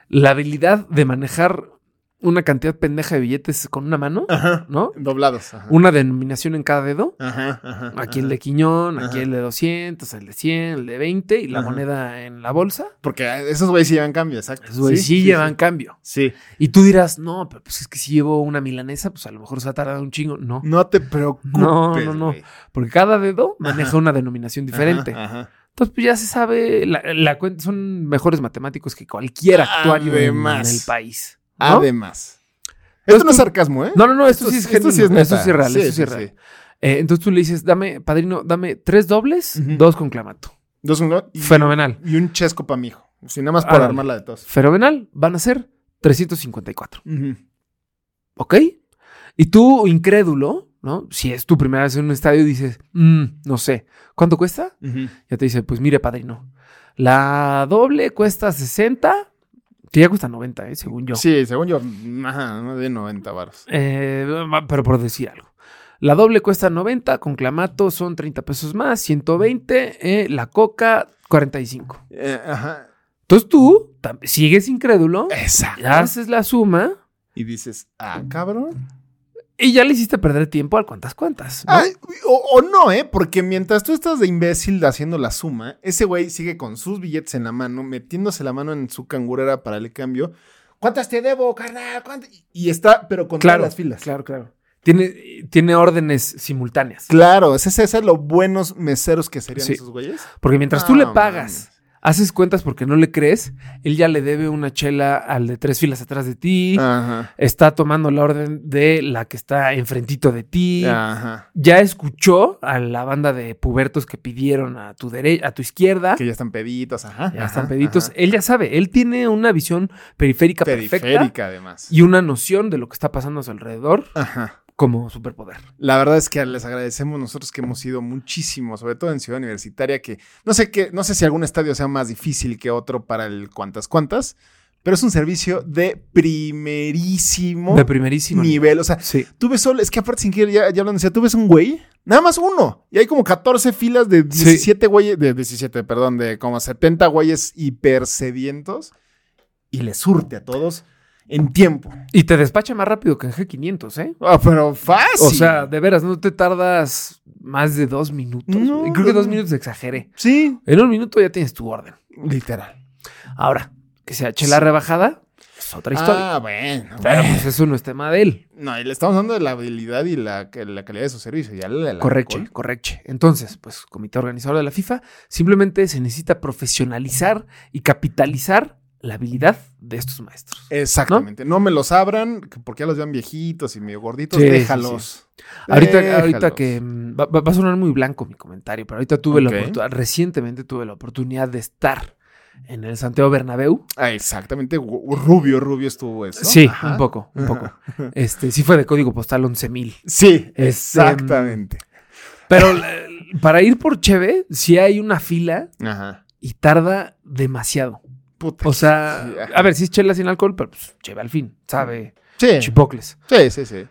[SPEAKER 3] la habilidad de manejar una cantidad pendeja de billetes con una mano,
[SPEAKER 2] Ajá.
[SPEAKER 3] ¿no?
[SPEAKER 2] Doblados. Ajá.
[SPEAKER 3] Una denominación en cada dedo.
[SPEAKER 2] Ajá, ajá, ajá.
[SPEAKER 3] Aquí el de Quiñón, aquí
[SPEAKER 2] Ajá.
[SPEAKER 3] el de 200, el de 100, el de 20 y la
[SPEAKER 2] Ajá.
[SPEAKER 3] moneda en la bolsa.
[SPEAKER 2] Porque esos güeyes sí llevan cambio, exacto.
[SPEAKER 3] Esos güeyes sí, llevan cambio.
[SPEAKER 2] Sí.
[SPEAKER 3] Y tú dirás, no, pero pues es que si llevo una milanesa, pues a lo mejor se ha tardado un chingo. No,
[SPEAKER 2] No te preocupes.
[SPEAKER 3] No, no, no.
[SPEAKER 2] güey.
[SPEAKER 3] porque cada dedo maneja una denominación diferente.
[SPEAKER 2] Ajá, ajá.
[SPEAKER 3] Entonces, pues ya se sabe, la, la cuenta, son mejores matemáticos que cualquier
[SPEAKER 2] Ah,
[SPEAKER 3] actuario en,
[SPEAKER 2] Además.
[SPEAKER 3] el país. ¿no?
[SPEAKER 2] Además. Esto no es
[SPEAKER 3] tú-
[SPEAKER 2] sarcasmo, ¿eh?
[SPEAKER 3] No, no, no, esto, sí es
[SPEAKER 2] esto sí es
[SPEAKER 3] genuino, esto sí es
[SPEAKER 2] neta.
[SPEAKER 3] real,
[SPEAKER 2] Sí,
[SPEAKER 3] esto sí es
[SPEAKER 2] sí,
[SPEAKER 3] real.
[SPEAKER 2] sí.
[SPEAKER 3] Eh, entonces tú le dices, dame, padrino, dame tres dobles,
[SPEAKER 2] Ujú.
[SPEAKER 3] dos con clamato.
[SPEAKER 2] Dos, un, y,
[SPEAKER 3] Fenomenal.
[SPEAKER 2] y un chesco para mi hijo. Si nada más para
[SPEAKER 3] Árale.
[SPEAKER 2] armarla de todos.
[SPEAKER 3] Fenomenal, van a ser 354.
[SPEAKER 2] Ujú.
[SPEAKER 3] ¿Ok? Y tú, incrédulo, ¿no? Si es tu primera vez en un estadio, dices, "Mm, no sé, ¿cuánto cuesta?
[SPEAKER 2] Ujú.
[SPEAKER 3] Ya te dice, pues mire, padrino, la doble cuesta 60, que ya cuesta 90, ¿eh? según yo.
[SPEAKER 2] Sí, según yo, ajá, no de 90 varos.
[SPEAKER 3] Eh, pero por decir algo. La doble cuesta 90, con clamato son 30 pesos más, 120, eh, la coca 45.
[SPEAKER 2] Eh, ajá.
[SPEAKER 3] Entonces tú tam- sigues incrédulo,
[SPEAKER 2] Eh, Exacto.
[SPEAKER 3] haces la suma
[SPEAKER 2] Y dices, ah, cabrón.
[SPEAKER 3] y ya le hiciste perder tiempo al cuantas cuantas. ¿no?
[SPEAKER 2] Ay, o, o no, ¿eh? Porque mientras tú estás de imbécil haciendo la suma, ese güey sigue con sus billetes en la mano, metiéndose la mano en su cangurera para el cambio. ¿Cuántas te debo, carnal? ¿Cuántas? Y está, pero con todas las filas.
[SPEAKER 3] Claro, claro. Tiene, tiene órdenes simultáneas.
[SPEAKER 2] Claro, ese, ese es los buenos meseros que serían
[SPEAKER 3] Sí.
[SPEAKER 2] esos güeyes.
[SPEAKER 3] Porque mientras tú le
[SPEAKER 2] No,
[SPEAKER 3] pagas, haces cuentas porque no le crees, él ya le debe una chela al de tres filas atrás de ti,
[SPEAKER 2] Ajá.
[SPEAKER 3] está tomando la orden de la que está enfrentito de ti.
[SPEAKER 2] Ah. Ajá.
[SPEAKER 3] Ya escuchó a la banda de pubertos que pidieron a tu derecha, a tu izquierda.
[SPEAKER 2] Que ya están peditos, ajá.
[SPEAKER 3] Ah. Ya
[SPEAKER 2] ajá,
[SPEAKER 3] están peditos.
[SPEAKER 2] ajá.
[SPEAKER 3] Él ya sabe, él tiene una visión periférica, perfecta
[SPEAKER 2] Periférica, además.
[SPEAKER 3] y una noción de lo que está pasando a su alrededor
[SPEAKER 2] Ajá.
[SPEAKER 3] como superpoder.
[SPEAKER 2] La verdad es que les agradecemos nosotros que hemos ido muchísimo, sobre todo en Ciudad Universitaria, que no sé qué, no sé si algún estadio sea más difícil que otro para el cuantas cuantas, pero es un servicio de primerísimo
[SPEAKER 3] De primerísimo
[SPEAKER 2] Oh, nivel. O sea,
[SPEAKER 3] Sí.
[SPEAKER 2] tú ves solo, es que aparte sin querer, ya, ya hablando, o sea, tú ves un güey, nada más uno, y hay como 14 filas de 17 güeyes, de 17, perdón, de como 70 güeyes hipersedientos, y le surte a todos en tiempo.
[SPEAKER 3] Y te despacha más rápido que en G500, ¿eh?
[SPEAKER 2] Ah, pero fácil.
[SPEAKER 3] O sea, de veras, no te tardas más de dos minutos.
[SPEAKER 2] No,
[SPEAKER 3] Y Creo que
[SPEAKER 2] no,
[SPEAKER 3] dos
[SPEAKER 2] no.
[SPEAKER 3] minutos exageré.
[SPEAKER 2] sí,
[SPEAKER 3] En un minuto ya tienes tu orden.
[SPEAKER 2] Literal.
[SPEAKER 3] Ahora, que se eche la rebajada es otra historia.
[SPEAKER 2] Ah, bueno.
[SPEAKER 3] Pero pues eso no es tema de él.
[SPEAKER 2] No, y le estamos dando de la habilidad y la, que- la calidad de su servicio. Ya la- la-
[SPEAKER 3] Correcto, correcto. Entonces, pues, comité organizador de la FIFA, simplemente se necesita profesionalizar y capitalizar la habilidad de estos maestros.
[SPEAKER 2] Eh, Exactamente. ¿No? me los abran porque ya los vean viejitos y medio gorditos.
[SPEAKER 3] Sí, sí,
[SPEAKER 2] déjalos.
[SPEAKER 3] Ahorita,
[SPEAKER 2] Déjalos.
[SPEAKER 3] ahorita que mm, va, va- va a sonar muy blanco mi comentario, pero ahorita tuve
[SPEAKER 2] Ok.
[SPEAKER 3] la oportunidad, recientemente tuve la oportunidad de estar en el Santiago Bernabéu.
[SPEAKER 2] Ah, exactamente. gu- Rubio, rubio estuvo eso.
[SPEAKER 3] Sí,
[SPEAKER 2] Ajá.
[SPEAKER 3] un poco, un poco. Este, sí fue de código postal 11000.
[SPEAKER 2] Sí,
[SPEAKER 3] Este,
[SPEAKER 2] exactamente.
[SPEAKER 3] Pero la- para ir por Cheve, sí hay una fila
[SPEAKER 2] Ajá.
[SPEAKER 3] y tarda demasiado.
[SPEAKER 2] Puta.
[SPEAKER 3] O sea,
[SPEAKER 2] Pues Sí, ajá.
[SPEAKER 3] a ver, si es chela sin alcohol, pero pues cheve al fin, sabe,
[SPEAKER 2] Sí,
[SPEAKER 3] chipocles.
[SPEAKER 2] sí, sí. sí.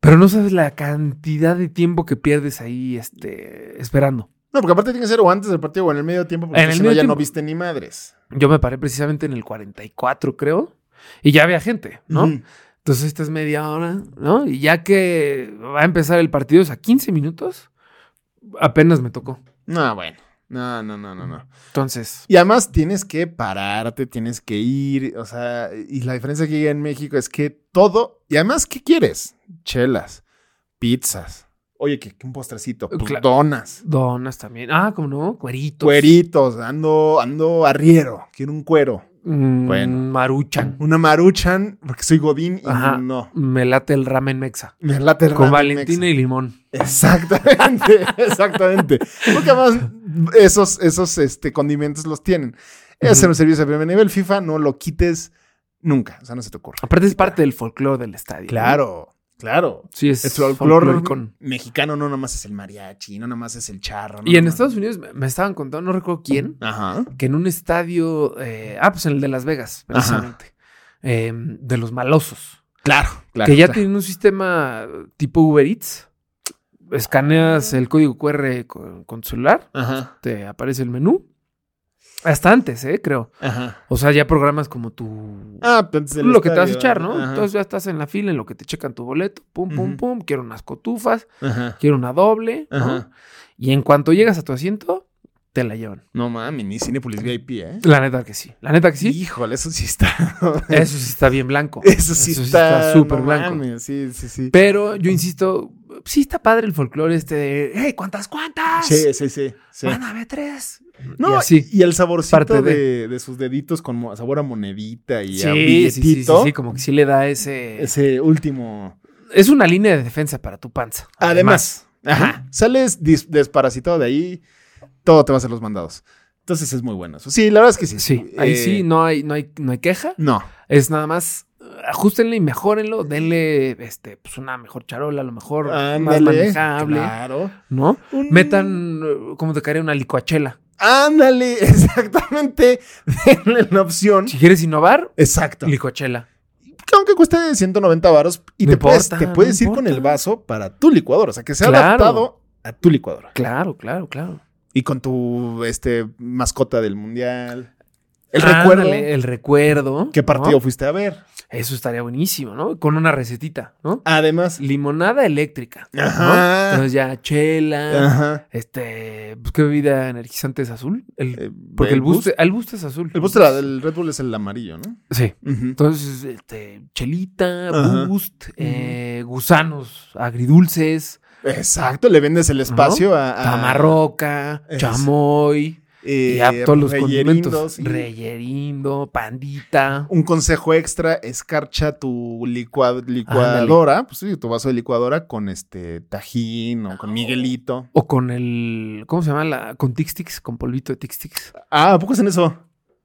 [SPEAKER 3] Pero no sabes la cantidad de tiempo que pierdes ahí este, esperando.
[SPEAKER 2] No, porque aparte tiene que ser o antes del partido o en el medio tiempo, porque
[SPEAKER 3] En el
[SPEAKER 2] si no
[SPEAKER 3] medio
[SPEAKER 2] ya no
[SPEAKER 3] tiempo.
[SPEAKER 2] viste ni madres.
[SPEAKER 3] Yo me paré precisamente en el 44, creo, y ya había gente, ¿no?
[SPEAKER 2] Ujú.
[SPEAKER 3] Entonces esta es media hora, ¿no? Y ya que va a empezar el partido, o sea, 15 minutos, apenas me tocó.
[SPEAKER 2] No, bueno. No, no, no, no, no.
[SPEAKER 3] Entonces,
[SPEAKER 2] Y además tienes que pararte, tienes que ir, o sea, y la diferencia que hay en México es que todo, y además, ¿qué quieres? Chelas, pizzas, oye, que que un postrecito, pues,
[SPEAKER 3] Claro.
[SPEAKER 2] donas,
[SPEAKER 3] donas también. Ah, ¿cómo no? Cueritos.
[SPEAKER 2] cueritos, ando, ando arriero, quiero un cuero,
[SPEAKER 3] Mm,
[SPEAKER 2] Bueno.
[SPEAKER 3] Maruchan.
[SPEAKER 2] una maruchan, porque soy godín y
[SPEAKER 3] Ajá.
[SPEAKER 2] no.
[SPEAKER 3] Me late el ramen mexa.
[SPEAKER 2] Me late el ramen
[SPEAKER 3] Con Valentina
[SPEAKER 2] mexa.
[SPEAKER 3] y limón.
[SPEAKER 2] Exactamente, exactamente. Porque además esos, esos este, condimentos los tienen. Es
[SPEAKER 3] Ujú.
[SPEAKER 2] un servicio de primer nivel FIFA, no lo quites nunca, o sea, no se te ocurra.
[SPEAKER 3] Aparte es parte del folclore del estadio. ¿no?
[SPEAKER 2] Claro, claro.
[SPEAKER 3] Sí, es,
[SPEAKER 2] El folclore
[SPEAKER 3] folcloricón.
[SPEAKER 2] mexicano no nomás es el mariachi, no nomás es el charro. no
[SPEAKER 3] Y en
[SPEAKER 2] nomás-
[SPEAKER 3] Estados Unidos me me estaban contando, no recuerdo quién,
[SPEAKER 2] Ajá.
[SPEAKER 3] que en un estadio, eh, ah, pues en el de Las Vegas, precisamente, eh, de los malosos,
[SPEAKER 2] Claro, claro.
[SPEAKER 3] que ya
[SPEAKER 2] claro.
[SPEAKER 3] tienen un sistema tipo Uber Eats, escaneas el código QR con, con tu celular,
[SPEAKER 2] Ajá,
[SPEAKER 3] te aparece el menú, hasta antes, eh, creo,
[SPEAKER 2] ajá.
[SPEAKER 3] o sea, ya programas como tu...
[SPEAKER 2] Ah, pues antes del
[SPEAKER 3] lo que te vas a
[SPEAKER 2] estadio,
[SPEAKER 3] echar, ¿no?
[SPEAKER 2] ajá,
[SPEAKER 3] Entonces ya estás en la fila en lo que te checan tu boleto, pum, pum,
[SPEAKER 2] Ujú.
[SPEAKER 3] pum, quiero unas cotufas,
[SPEAKER 2] Ajá.
[SPEAKER 3] quiero una doble, ¿no?
[SPEAKER 2] Ajá.
[SPEAKER 3] Y en cuanto llegas a tu asiento, te la llevan.
[SPEAKER 2] No mames, ni Cinepolis VIP, ¿eh?
[SPEAKER 3] La neta que sí. La neta que sí.
[SPEAKER 2] Híjole, eso sí está.
[SPEAKER 3] Eso sí está bien blanco.
[SPEAKER 2] Eso sí está
[SPEAKER 3] súper
[SPEAKER 2] no
[SPEAKER 3] blanco.
[SPEAKER 2] mames, Sí, sí, sí.
[SPEAKER 3] Pero yo insisto, sí está padre el folclore este de, hey, ¿cuántas, cuántas?
[SPEAKER 2] Sí, sí, sí. sí. Mm,
[SPEAKER 3] Van a ver tres.
[SPEAKER 2] Ah, No, y,
[SPEAKER 3] y así.
[SPEAKER 2] y el saborcito
[SPEAKER 3] Parte
[SPEAKER 2] de...
[SPEAKER 3] de-
[SPEAKER 2] de sus deditos con mo- sabor a monedita y
[SPEAKER 3] Sí,
[SPEAKER 2] a un
[SPEAKER 3] sí, sí, sí,
[SPEAKER 2] billetito.
[SPEAKER 3] sí, como que sí le da ese...
[SPEAKER 2] Ese último.
[SPEAKER 3] Es una línea de defensa para tu panza.
[SPEAKER 2] Además, ajá, sales dis- desparasitado de ahí, todo te va a hacer los mandados. Entonces es muy bueno eso. Sí, la verdad es que sí.
[SPEAKER 3] Sí, ahí
[SPEAKER 2] Eh,
[SPEAKER 3] sí no hay, no hay, no hay queja.
[SPEAKER 2] No.
[SPEAKER 3] Es nada más, eh, ajustenle y mejórenlo, denle este, pues una mejor charola, a lo mejor más
[SPEAKER 2] Ándale.
[SPEAKER 3] manejable,
[SPEAKER 2] Claro.
[SPEAKER 3] ¿no?
[SPEAKER 2] Un-
[SPEAKER 3] Metan, eh, como te caería una licuachela.
[SPEAKER 2] Ándale, exactamente. Denle la opción.
[SPEAKER 3] Si quieres innovar,
[SPEAKER 2] Exacto.
[SPEAKER 3] licuachela.
[SPEAKER 2] Que aunque cueste 190 varos y
[SPEAKER 3] No
[SPEAKER 2] te puedes,
[SPEAKER 3] importa,
[SPEAKER 2] te puedes
[SPEAKER 3] no
[SPEAKER 2] ir con
[SPEAKER 3] importa.
[SPEAKER 2] el vaso para tu licuadora. O sea, que sea
[SPEAKER 3] Claro.
[SPEAKER 2] adaptado a tu licuadora.
[SPEAKER 3] Claro, claro, claro.
[SPEAKER 2] Y con tu este, mascota del mundial. El
[SPEAKER 3] Ándale,
[SPEAKER 2] recuerdo.
[SPEAKER 3] El recuerdo.
[SPEAKER 2] ¿Qué
[SPEAKER 3] ¿no?
[SPEAKER 2] partido fuiste a ver?
[SPEAKER 3] Eso estaría buenísimo, ¿no? Con una recetita, ¿no?
[SPEAKER 2] Además.
[SPEAKER 3] Limonada eléctrica. ¿no?
[SPEAKER 2] Ajá.
[SPEAKER 3] Entonces ya chela.
[SPEAKER 2] Ajá.
[SPEAKER 3] Este, pues, ¿qué bebida energizante es azul? El-
[SPEAKER 2] Eh,
[SPEAKER 3] porque
[SPEAKER 2] el
[SPEAKER 3] el boost, el boost es azul.
[SPEAKER 2] El postre del Red Bull es el amarillo, ¿no?
[SPEAKER 3] Sí.
[SPEAKER 2] Ujú.
[SPEAKER 3] Entonces, este, chelita,
[SPEAKER 2] Ajá.
[SPEAKER 3] boost, eh, gusanos, agridulces,
[SPEAKER 2] Exacto, le vendes el espacio a, a-
[SPEAKER 3] tamarroca,
[SPEAKER 2] Es-
[SPEAKER 3] chamoy,
[SPEAKER 2] eh,
[SPEAKER 3] y a todos los
[SPEAKER 2] reyerindos
[SPEAKER 3] condimentos.
[SPEAKER 2] y
[SPEAKER 3] Reyerindo, pandita.
[SPEAKER 2] Un consejo extra, escarcha tu licua- licuadora, pues sí, tu vaso de licuadora con este tajín o
[SPEAKER 3] Ah.
[SPEAKER 2] con Miguelito.
[SPEAKER 3] O con el. ¿Cómo se llama? La, con Tix-Tix, con polvito de Tix-Tix.
[SPEAKER 2] Ah, ¿a poco es en eso?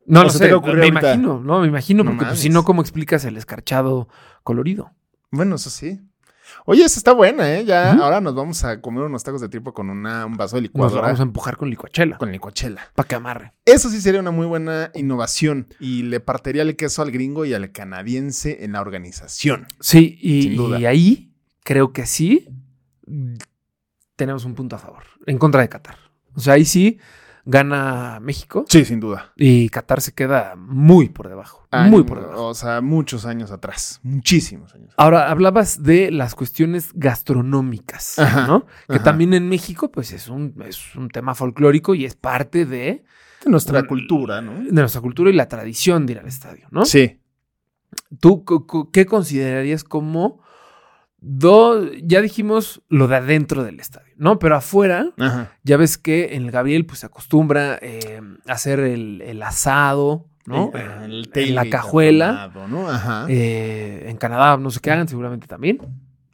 [SPEAKER 3] No,
[SPEAKER 2] O
[SPEAKER 3] lo
[SPEAKER 2] sea, te
[SPEAKER 3] sé. Me
[SPEAKER 2] va a ocurrir ahorita.
[SPEAKER 3] imagino, no, me imagino,
[SPEAKER 2] No
[SPEAKER 3] porque pues,
[SPEAKER 2] mames.
[SPEAKER 3] si no, ¿cómo explicas el escarchado colorido?
[SPEAKER 2] Bueno, eso sí. Oye, esa está buena, ¿eh? Ya
[SPEAKER 3] Ujú.
[SPEAKER 2] ahora nos vamos a comer unos tacos de tripo con una, un vaso de
[SPEAKER 3] Nos lo
[SPEAKER 2] licuadora
[SPEAKER 3] vamos a empujar con licuachela.
[SPEAKER 2] con licuachela.
[SPEAKER 3] Para que amarre.
[SPEAKER 2] Eso sí sería una muy buena innovación y le partiría el queso al gringo y al canadiense en la organización.
[SPEAKER 3] Sí, y,
[SPEAKER 2] Sin duda.
[SPEAKER 3] y ahí creo que sí mm, tenemos un punto a favor. En contra de Qatar. O sea, ahí sí gana México
[SPEAKER 2] Sí, sin duda.
[SPEAKER 3] y Qatar se queda muy por debajo. muy por debajo.
[SPEAKER 2] Ah, O sea, muchos años atrás. Muchísimos años.
[SPEAKER 3] Ahora, hablabas de las cuestiones gastronómicas,
[SPEAKER 2] Ajá,
[SPEAKER 3] ¿no? Que
[SPEAKER 2] ajá.
[SPEAKER 3] también en México, pues es un, es un tema folclórico y es parte de
[SPEAKER 2] De nuestra
[SPEAKER 3] Un-
[SPEAKER 2] cultura, ¿no?
[SPEAKER 3] de nuestra cultura y la tradición de ir al estadio, ¿no?
[SPEAKER 2] Sí.
[SPEAKER 3] ¿Tú co- co- qué considerarías como dos? Ya dijimos lo de adentro del estadio, ¿no? Pero afuera,
[SPEAKER 2] Ajá.
[SPEAKER 3] ya ves que en el Gabriel pues se acostumbra eh, a hacer el, el asado, ¿no?
[SPEAKER 2] Eh,
[SPEAKER 3] En-
[SPEAKER 2] el
[SPEAKER 3] en la
[SPEAKER 2] tailgate
[SPEAKER 3] cajuela.
[SPEAKER 2] armado, ¿no? Ajá.
[SPEAKER 3] eh, en Canadá no sé qué hagan, seguramente también.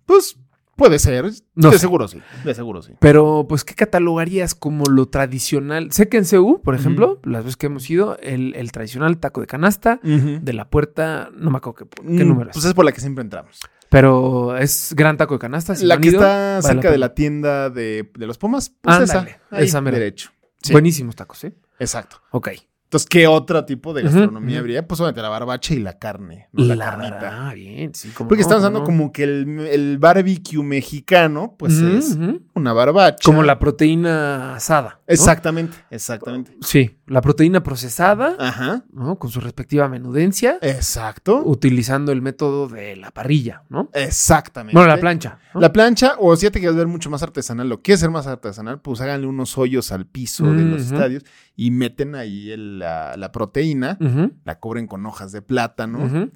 [SPEAKER 2] pues puede ser.
[SPEAKER 3] No
[SPEAKER 2] de
[SPEAKER 3] sé.
[SPEAKER 2] seguro sí. De seguro sí.
[SPEAKER 3] Pero, pues, ¿qué catalogarías como lo tradicional? Sé que en CU, por ejemplo, las veces que hemos ido, el, el tradicional taco de canasta de la puerta, no me acuerdo qué, qué
[SPEAKER 2] Mm,
[SPEAKER 3] número es.
[SPEAKER 2] Pues es por la que siempre entramos.
[SPEAKER 3] Pero es gran taco de canasta. si
[SPEAKER 2] la
[SPEAKER 3] no han
[SPEAKER 2] que
[SPEAKER 3] ido,
[SPEAKER 2] está
[SPEAKER 3] vale
[SPEAKER 2] cerca de
[SPEAKER 3] pena.
[SPEAKER 2] la tienda de, de los Pumas. Pues
[SPEAKER 3] Ándale,
[SPEAKER 2] esa. Ahí,
[SPEAKER 3] esa mera.
[SPEAKER 2] Derecho. Sí,
[SPEAKER 3] Buenísimos tacos, ¿eh?
[SPEAKER 2] Exacto.
[SPEAKER 3] Ok.
[SPEAKER 2] Entonces, ¿qué otro tipo de
[SPEAKER 3] Ujú,
[SPEAKER 2] gastronomía
[SPEAKER 3] ujú.
[SPEAKER 2] habría? Pues obviamente la barbacha y la carne. ¿no?
[SPEAKER 3] La,
[SPEAKER 2] La, carnita.
[SPEAKER 3] ah, bien, sí. cómo
[SPEAKER 2] Porque
[SPEAKER 3] no,
[SPEAKER 2] estamos
[SPEAKER 3] cómo
[SPEAKER 2] hablando
[SPEAKER 3] no.
[SPEAKER 2] como que el, el barbecue mexicano, pues
[SPEAKER 3] Ujú,
[SPEAKER 2] es
[SPEAKER 3] ujú.
[SPEAKER 2] una barbacha.
[SPEAKER 3] Como la proteína asada. ¿no?
[SPEAKER 2] Exactamente, exactamente.
[SPEAKER 3] Sí, la proteína procesada,
[SPEAKER 2] Ajá.
[SPEAKER 3] ¿no? Con su respectiva menudencia,
[SPEAKER 2] Exacto.
[SPEAKER 3] utilizando el método de la parrilla, ¿no?
[SPEAKER 2] Exactamente.
[SPEAKER 3] Bueno, la plancha. ¿no?
[SPEAKER 2] La plancha, o si ya te quieres ver mucho más artesanal, lo quieres ser más artesanal, pues háganle unos hoyos al piso de los
[SPEAKER 3] Ujú.
[SPEAKER 2] estadios y meten ahí el- la, la proteína,
[SPEAKER 3] Ujú,
[SPEAKER 2] la cubren con hojas de plátano, un
[SPEAKER 3] ujú,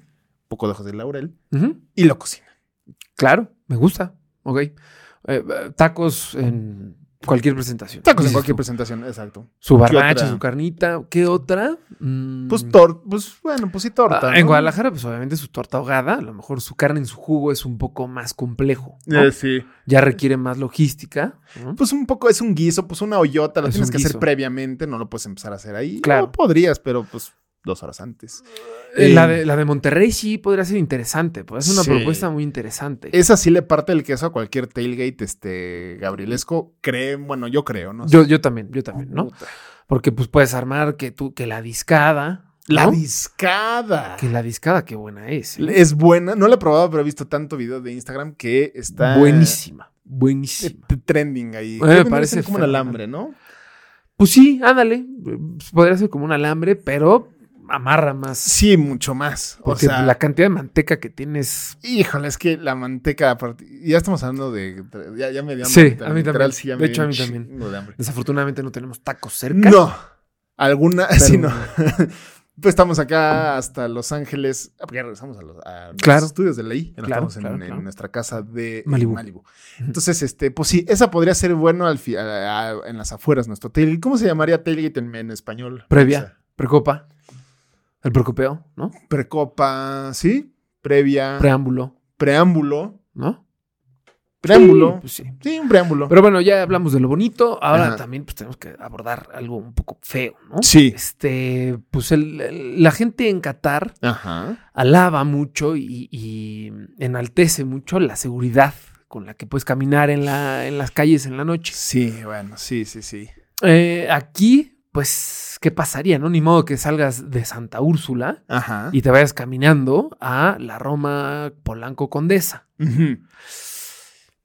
[SPEAKER 2] poco de hojas de laurel
[SPEAKER 3] ujú.
[SPEAKER 2] y lo cocinan.
[SPEAKER 3] Claro, me gusta. Ok. Eh, eh, tacos en cualquier presentación.
[SPEAKER 2] Tacos en
[SPEAKER 3] Dices
[SPEAKER 2] cualquier
[SPEAKER 3] tú.
[SPEAKER 2] presentación, exacto.
[SPEAKER 3] Su
[SPEAKER 2] ¿Qué
[SPEAKER 3] barbacha,
[SPEAKER 2] otra?
[SPEAKER 3] su carnita. ¿Qué otra? Mm,
[SPEAKER 2] Pues, tor pues bueno, pues sí, torta.
[SPEAKER 3] ah, En
[SPEAKER 2] ¿no?
[SPEAKER 3] Guadalajara, pues obviamente su torta ahogada, a lo mejor su carne en su jugo es un poco más complejo. ¿no?
[SPEAKER 2] Eh, sí.
[SPEAKER 3] Ya requiere más logística. ¿no?
[SPEAKER 2] Pues un poco, es un guiso, pues una hoyota, lo
[SPEAKER 3] Es
[SPEAKER 2] tienes
[SPEAKER 3] un
[SPEAKER 2] que hacer
[SPEAKER 3] guiso.
[SPEAKER 2] previamente, no lo puedes empezar a hacer ahí.
[SPEAKER 3] Claro.
[SPEAKER 2] No podrías, pero pues dos horas antes.
[SPEAKER 3] Eh,
[SPEAKER 2] eh,
[SPEAKER 3] la, de, la de Monterrey sí podría ser interesante. Podría ser una
[SPEAKER 2] Sí.
[SPEAKER 3] propuesta muy interesante.
[SPEAKER 2] Esa sí le parte el queso a cualquier tailgate, este, gabrielesco, creen, bueno, yo creo, ¿no?
[SPEAKER 3] Yo, yo también, yo también, ¿no? Porque pues puedes armar que tú, que la discada.
[SPEAKER 2] La
[SPEAKER 3] ¿no?
[SPEAKER 2] discada.
[SPEAKER 3] Que la discada, qué buena es. ¿eh?
[SPEAKER 2] Es buena, no la he probado, pero he visto tanto video de Instagram que está
[SPEAKER 3] Buenísima,
[SPEAKER 2] eh,
[SPEAKER 3] buenísima.
[SPEAKER 2] t- trending ahí.
[SPEAKER 3] Eh,
[SPEAKER 2] Creo que no
[SPEAKER 3] parece
[SPEAKER 2] dicen como un
[SPEAKER 3] fenomenal.
[SPEAKER 2] alambre, ¿no?
[SPEAKER 3] Pues sí, ándale. eh, Podría ser como un alambre, pero amarra más.
[SPEAKER 2] Sí, mucho más. O
[SPEAKER 3] Porque
[SPEAKER 2] sea,
[SPEAKER 3] la cantidad de manteca que tienes.
[SPEAKER 2] híjole, es que la manteca, aparte- ya estamos hablando de, ya, ya me dio hambre,
[SPEAKER 3] Sí,
[SPEAKER 2] literal,
[SPEAKER 3] a mí también.
[SPEAKER 2] literal, sí, ya me
[SPEAKER 3] De
[SPEAKER 2] dio
[SPEAKER 3] hecho, a
[SPEAKER 2] un
[SPEAKER 3] mí también.
[SPEAKER 2] chingo de hambre.
[SPEAKER 3] Desafortunadamente no tenemos tacos cerca.
[SPEAKER 2] No, alguna,
[SPEAKER 3] Pero-
[SPEAKER 2] sí, no. pues estamos acá hasta Los Ángeles, ah, porque ya regresamos a los, a los
[SPEAKER 3] Claro.
[SPEAKER 2] estudios de ley, ya no
[SPEAKER 3] Claro,
[SPEAKER 2] estamos en,
[SPEAKER 3] claro,
[SPEAKER 2] en
[SPEAKER 3] claro.
[SPEAKER 2] nuestra casa de
[SPEAKER 3] Malibú.
[SPEAKER 2] Malibu. Entonces, este, pues sí, esa podría ser bueno al fi- a- a- en las afueras, nuestro tailgate. ¿Cómo se llamaría tailgate en, en español?
[SPEAKER 3] Previa,
[SPEAKER 2] O sea,
[SPEAKER 3] precopa. El precopeo, ¿no?
[SPEAKER 2] precopa, ¿sí? Previa,
[SPEAKER 3] Preámbulo,
[SPEAKER 2] preámbulo,
[SPEAKER 3] ¿no?
[SPEAKER 2] preámbulo.
[SPEAKER 3] Sí, pues sí.
[SPEAKER 2] Sí, un preámbulo.
[SPEAKER 3] Pero bueno, ya hablamos de lo bonito. Ahora
[SPEAKER 2] Ajá.
[SPEAKER 3] también pues, tenemos que abordar algo un poco feo, ¿no?
[SPEAKER 2] Sí.
[SPEAKER 3] Este, pues el- el- la gente en Qatar
[SPEAKER 2] Ajá.
[SPEAKER 3] alaba mucho y, y enaltece mucho la seguridad con la que puedes caminar en, la, en las calles en la noche.
[SPEAKER 2] Sí, bueno, sí, sí, sí.
[SPEAKER 3] Eh, aquí, pues, ¿qué pasaría? No, ni modo que salgas de Santa Úrsula
[SPEAKER 2] Ajá.
[SPEAKER 3] y te vayas caminando a la Roma Polanco Condesa.
[SPEAKER 2] Ujú.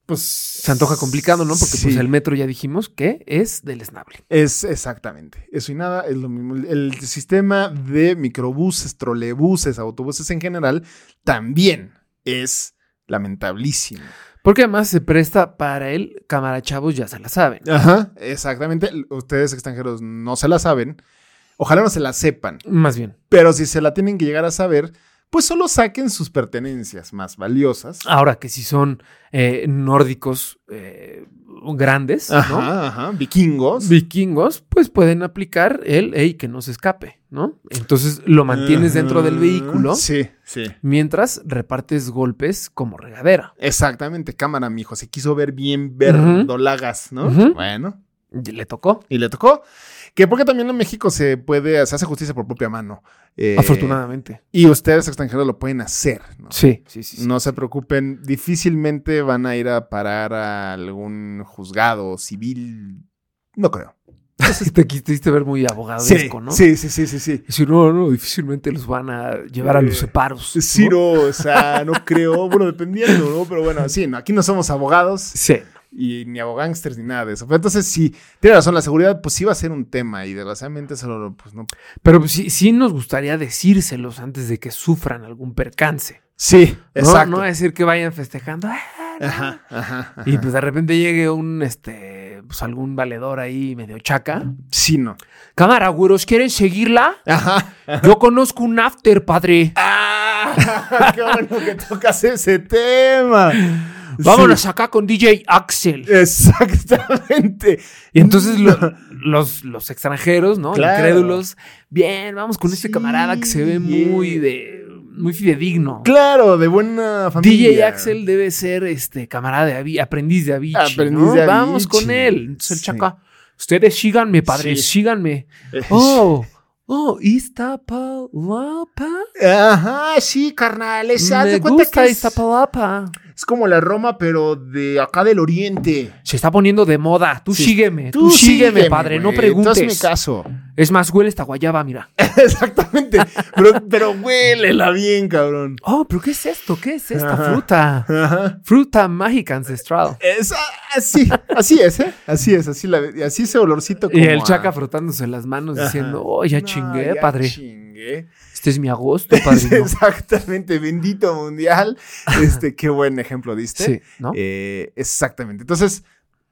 [SPEAKER 2] Pues se
[SPEAKER 3] Se antoja complicado, ¿no? Porque pues, el metro ya dijimos que es del esnable.
[SPEAKER 2] Es exactamente. Eso y nada, es lo mismo. El- El sistema de microbuses, trolebuses, autobuses en general también es lamentablísimo.
[SPEAKER 3] Porque además se presta para el cámara chavos, ya se la saben.
[SPEAKER 2] Ajá, exactamente. L- Ustedes extranjeros no se la saben. Ojalá no se la sepan,
[SPEAKER 3] Más bien.
[SPEAKER 2] pero si se la tienen que llegar a saber, pues solo saquen sus pertenencias más valiosas.
[SPEAKER 3] Ahora que si son eh, nórdicos eh, grandes, ¿no?
[SPEAKER 2] Ajá, ajá, vikingos.
[SPEAKER 3] vikingos, pues pueden aplicar el hey, que no se escape, ¿no? Entonces lo mantienes dentro del
[SPEAKER 2] Ajá.
[SPEAKER 3] vehículo
[SPEAKER 2] Sí, sí.
[SPEAKER 3] mientras repartes golpes como regadera.
[SPEAKER 2] Exactamente, cámara, mijo. Se quiso ver bien verdolagas, ¿no?
[SPEAKER 3] Ujú.
[SPEAKER 2] Bueno,
[SPEAKER 3] Y Le tocó,
[SPEAKER 2] y le tocó. Que porque también en México se puede, se hace justicia por propia mano. Eh,
[SPEAKER 3] afortunadamente.
[SPEAKER 2] Y ustedes extranjeros lo pueden hacer, ¿no?
[SPEAKER 3] Sí, sí, sí. sí.
[SPEAKER 2] No se preocupen, difícilmente van a ir a parar a algún juzgado civil. No creo.
[SPEAKER 3] te quisiste ver muy abogadesco, ¿no?
[SPEAKER 2] sí, sí, sí, sí, sí.
[SPEAKER 3] Decir, no, no, difícilmente los van a llevar a los
[SPEAKER 2] Eh,
[SPEAKER 3] separos. ¿no?
[SPEAKER 2] Ciro, o sea, no creo. Bueno, dependiendo, ¿no? Pero bueno, sí, no, aquí no somos abogados.
[SPEAKER 3] Sí.
[SPEAKER 2] y ni abogángsters ni nada de eso. Pero entonces, sí, tiene razón, la seguridad, pues sí va a ser un tema y desgraciadamente solo, pues no.
[SPEAKER 3] Pero pues, sí, sí nos gustaría decírselos antes de que sufran algún percance.
[SPEAKER 2] Sí,
[SPEAKER 3] ¿no?
[SPEAKER 2] exacto.
[SPEAKER 3] No, decir que vayan festejando. "Ah, no".
[SPEAKER 2] Ajá, ajá, ajá.
[SPEAKER 3] Y pues de repente llegue un este pues algún valedor ahí medio chaca.
[SPEAKER 2] Sí, no.
[SPEAKER 3] Cámara, güeros, ¿quieren seguirla?
[SPEAKER 2] Ajá.
[SPEAKER 3] Yo conozco un after, padre.
[SPEAKER 2] ¡Ah! ¡Qué bueno que tocas ese tema!
[SPEAKER 3] Vámonos acá con DJ Axel.
[SPEAKER 2] Sí, exactamente.
[SPEAKER 3] Y entonces lo- los, los extranjeros, ¿no?
[SPEAKER 2] Mm. Claro.
[SPEAKER 3] Incrédulos. Bien, vamos con este
[SPEAKER 2] Sí,
[SPEAKER 3] camarada que se ve
[SPEAKER 2] yeah.
[SPEAKER 3] muy de muy fidedigno.
[SPEAKER 2] Claro, de buena familia.
[SPEAKER 3] DJ Axel debe ser este camarada de Avi- aprendiz de Avicii.
[SPEAKER 2] Aprendiz
[SPEAKER 3] ¿no?
[SPEAKER 2] de
[SPEAKER 3] Vamos
[SPEAKER 2] Avicii.
[SPEAKER 3] con él. Entonces el
[SPEAKER 2] Sí.
[SPEAKER 3] chaca. Ustedes síganme, padre,
[SPEAKER 2] Sí.
[SPEAKER 3] síganme.
[SPEAKER 2] Eh,
[SPEAKER 3] Oh, oh, Iztapalapa.
[SPEAKER 2] Ajá, sí, carnal. Es, haz
[SPEAKER 3] Me
[SPEAKER 2] de cuenta
[SPEAKER 3] gusta
[SPEAKER 2] que es,
[SPEAKER 3] Iztapalapa.
[SPEAKER 2] es como la Roma, pero de acá del oriente.
[SPEAKER 3] Se está poniendo de moda. Tú
[SPEAKER 2] Sí.
[SPEAKER 3] sígueme, tú, sígueme, padre, no
[SPEAKER 2] güey, Tú hazme
[SPEAKER 3] preguntes.
[SPEAKER 2] caso.
[SPEAKER 3] Es más, huele esta guayaba, mira.
[SPEAKER 2] Exactamente. Pero, pero huélela bien, cabrón.
[SPEAKER 3] Oh, pero ¿qué es esto? ¿Qué es esta
[SPEAKER 2] Ajá.
[SPEAKER 3] fruta?
[SPEAKER 2] Ajá.
[SPEAKER 3] Fruta mágica ancestral.
[SPEAKER 2] Es así, así es, ¿eh? Así es, así, la, así ese olorcito como
[SPEAKER 3] Y el
[SPEAKER 2] a-
[SPEAKER 3] chaca frotándose las manos
[SPEAKER 2] Ajá.
[SPEAKER 3] diciendo, oh, ya
[SPEAKER 2] No,
[SPEAKER 3] chingué,
[SPEAKER 2] ya
[SPEAKER 3] padre.
[SPEAKER 2] chingué.
[SPEAKER 3] este es mi agosto, padrino.
[SPEAKER 2] Exactamente, bendito mundial. Este, qué buen ejemplo diste.
[SPEAKER 3] Sí, ¿no?
[SPEAKER 2] Eh, exactamente. Entonces,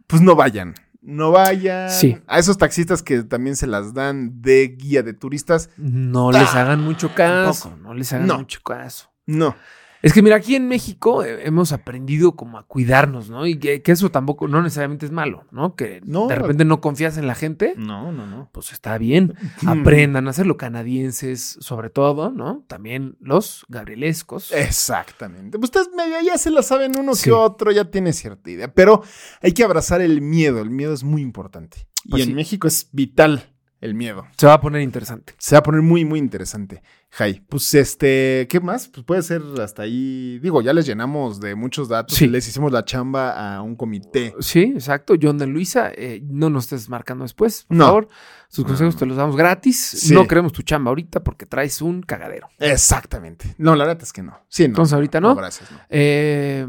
[SPEAKER 2] pues no vayan. No vayan.
[SPEAKER 3] Sí.
[SPEAKER 2] A esos taxistas que también se las dan de guía de turistas.
[SPEAKER 3] No les hagan mucho caso.
[SPEAKER 2] Tampoco.
[SPEAKER 3] No les hagan
[SPEAKER 2] No.
[SPEAKER 3] mucho caso.
[SPEAKER 2] No.
[SPEAKER 3] Es que mira, aquí en México eh, hemos aprendido como a cuidarnos, ¿no? Y que, que eso tampoco, no necesariamente es malo, ¿no? Que
[SPEAKER 2] No.
[SPEAKER 3] de repente no confías en la gente.
[SPEAKER 2] No, no, no.
[SPEAKER 3] Pues está bien. Aprendan a hacerlo canadienses, sobre todo, ¿no? También los gabrielescos.
[SPEAKER 2] Eh. Exactamente. Pues Ustedes medio ya se la saben uno
[SPEAKER 3] Sí.
[SPEAKER 2] que otro, ya tiene cierta idea. Pero hay que abrazar el miedo. El miedo es muy importante.
[SPEAKER 3] Pues
[SPEAKER 2] y
[SPEAKER 3] sí.
[SPEAKER 2] en México es vital el miedo.
[SPEAKER 3] Se va a poner interesante.
[SPEAKER 2] Se va a poner muy, muy interesante. Jai, pues este, ¿qué más? Pues puede ser hasta ahí. Digo, ya les llenamos de muchos datos
[SPEAKER 3] Sí.
[SPEAKER 2] y les hicimos la chamba a un comité.
[SPEAKER 3] Sí, exacto. John de Luisa, eh, no nos estés marcando después, por
[SPEAKER 2] No.
[SPEAKER 3] favor. Sus consejos te los damos gratis.
[SPEAKER 2] Sí.
[SPEAKER 3] No queremos tu chamba ahorita porque traes un cagadero.
[SPEAKER 2] Exactamente. No, la verdad es que no. Sí, no.
[SPEAKER 3] Entonces, ahorita no.
[SPEAKER 2] gracias, no.
[SPEAKER 3] Eh,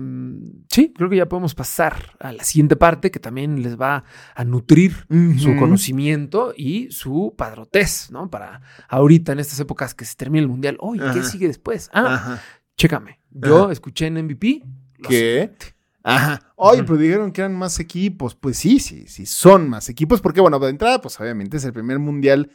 [SPEAKER 3] sí, creo que ya podemos pasar a la siguiente parte que también les va a nutrir su
[SPEAKER 2] Ujú.
[SPEAKER 3] conocimiento y su padrotez, ¿no? Para ahorita, en estas épocas que se termina el mundial. Oye, ¿qué
[SPEAKER 2] Ajá.
[SPEAKER 3] sigue después? Ah,
[SPEAKER 2] Ajá.
[SPEAKER 3] chécame. Yo escuché en MVP. los-
[SPEAKER 2] ¿Qué? Ajá. Oye, pero dijeron que eran más equipos. Pues sí, sí, sí, son más equipos. Porque, bueno, de entrada, pues obviamente es el primer mundial.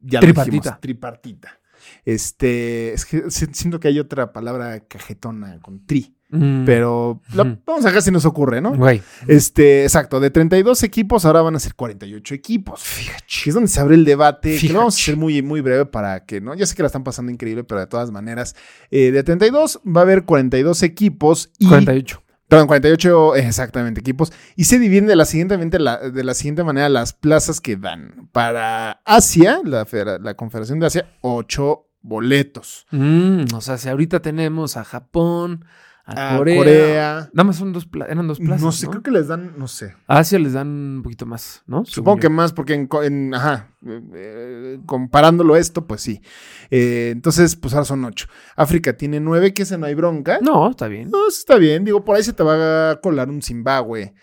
[SPEAKER 2] Ya lo
[SPEAKER 3] Tripartita.
[SPEAKER 2] dijimos, tripartita. Este, es que si- siento que hay otra palabra cajetona con tri.
[SPEAKER 3] Mm,
[SPEAKER 2] Pero la-
[SPEAKER 3] Ujú.
[SPEAKER 2] vamos a ver si nos ocurre, ¿no?
[SPEAKER 3] Güey,
[SPEAKER 2] Este, exacto, de 32 equipos ahora van a ser 48 equipos. Que es donde se abre el debate. Que
[SPEAKER 3] Fíjate.
[SPEAKER 2] lo vamos a hacer muy, muy breve para que, ¿no? Ya sé que la están pasando increíble, pero de todas maneras, eh, de 32 va a haber 42 equipos y
[SPEAKER 3] 48.
[SPEAKER 2] Perdón, 48 eh, exactamente equipos. Y se dividen de la siguiente, mente- la- de la siguiente manera las plazas que dan. Para Asia, la, federa- la Confederación de Asia, 8 boletos.
[SPEAKER 3] Mm, o sea, si ahorita tenemos a Japón, a,
[SPEAKER 2] A
[SPEAKER 3] Corea.
[SPEAKER 2] Ah, Corea.
[SPEAKER 3] Nada más son dos pla- eran dos plazas.
[SPEAKER 2] no sé,
[SPEAKER 3] ¿no?
[SPEAKER 2] creo que les dan, no sé.
[SPEAKER 3] A Asia les dan un poquito más, ¿no?
[SPEAKER 2] Supongo
[SPEAKER 3] Según
[SPEAKER 2] que
[SPEAKER 3] yo.
[SPEAKER 2] más porque en, co- en- ajá, eh, eh, comparándolo a esto, pues sí. Eh, entonces, pues ahora son 8. África tiene 9, que ese no hay bronca.
[SPEAKER 3] No, está bien.
[SPEAKER 2] No, eso está bien. Digo, por ahí se te va a colar un Zimbabue,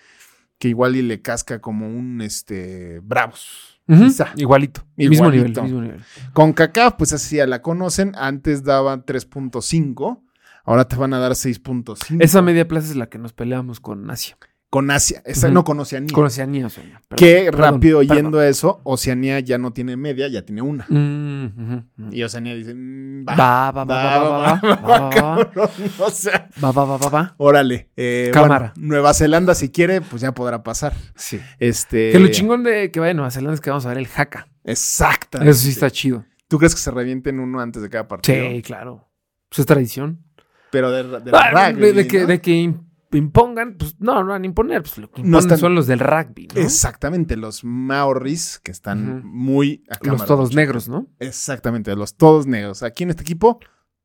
[SPEAKER 2] que igual y le casca como un, este, Bravos.
[SPEAKER 3] Ujú,
[SPEAKER 2] Quizá.
[SPEAKER 3] Igualito. Mismo nivel.
[SPEAKER 2] Igualito.
[SPEAKER 3] Mismo nivel.
[SPEAKER 2] Con Kaká, pues así ya la conocen. Antes daban 3.5, ahora te van a dar 6.5.
[SPEAKER 3] Esa media plaza es la que nos peleamos con Asia.
[SPEAKER 2] Con Asia, esa
[SPEAKER 3] Ujú.
[SPEAKER 2] no con Oceanía.
[SPEAKER 3] Con Oceanía, o sea. ya. Perdón,
[SPEAKER 2] que
[SPEAKER 3] perdón,
[SPEAKER 2] rápido
[SPEAKER 3] perdón.
[SPEAKER 2] yendo a eso, Oceanía ya no tiene media, ya tiene una.
[SPEAKER 3] Mm, ujú, ujú.
[SPEAKER 2] Y Oceanía dice, mm, va,
[SPEAKER 3] Va, va, va, va, va, va, va, va,
[SPEAKER 2] cabrón, o sea,
[SPEAKER 3] va, va, va, va, va.
[SPEAKER 2] órale. eh,
[SPEAKER 3] Cámara.
[SPEAKER 2] bueno, Nueva Zelanda, si quiere, pues ya podrá pasar.
[SPEAKER 3] Sí.
[SPEAKER 2] Este.
[SPEAKER 3] Que lo chingón de que vaya a Nueva Zelanda es que vamos a ver el jaca.
[SPEAKER 2] Exactamente.
[SPEAKER 3] Eso sí está chido.
[SPEAKER 2] ¿Tú crees que se revienten uno antes de cada
[SPEAKER 3] Sí,
[SPEAKER 2] partido?
[SPEAKER 3] claro. Pues es tradición.
[SPEAKER 2] Pero de, de,
[SPEAKER 3] Ah,
[SPEAKER 2] rugby,
[SPEAKER 3] de, de que,
[SPEAKER 2] ¿no?
[SPEAKER 3] de que im- impongan, pues no, no van a imponer. Pues lo que imponen
[SPEAKER 2] No están-
[SPEAKER 3] son los del rugby, ¿no?
[SPEAKER 2] Exactamente, los maoris que están
[SPEAKER 3] Ujú.
[SPEAKER 2] muy a
[SPEAKER 3] los
[SPEAKER 2] cámara
[SPEAKER 3] todos
[SPEAKER 2] ocho.
[SPEAKER 3] negros, ¿no?
[SPEAKER 2] Exactamente, los todos negros. Aquí en este equipo,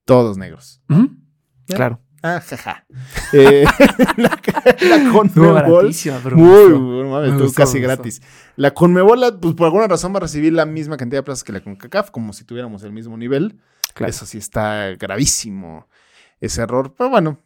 [SPEAKER 2] todos negros.
[SPEAKER 3] Ujú.
[SPEAKER 2] Ya.
[SPEAKER 3] Claro.
[SPEAKER 2] Ah, jaja. Eh, la, la
[SPEAKER 3] Estuvo
[SPEAKER 2] Conmebol.
[SPEAKER 3] baratísimo, pero me
[SPEAKER 2] Muy,
[SPEAKER 3] gustó.
[SPEAKER 2] bueno, mames,
[SPEAKER 3] Me
[SPEAKER 2] estuvo
[SPEAKER 3] gustó,
[SPEAKER 2] casi
[SPEAKER 3] me gustó.
[SPEAKER 2] gratis. La Conmebol, la- pues por alguna razón va a recibir la misma cantidad de plazas que la CONCACAF, como si tuviéramos el mismo nivel.
[SPEAKER 3] Claro.
[SPEAKER 2] Eso sí está gravísimo, ese error. Pero bueno,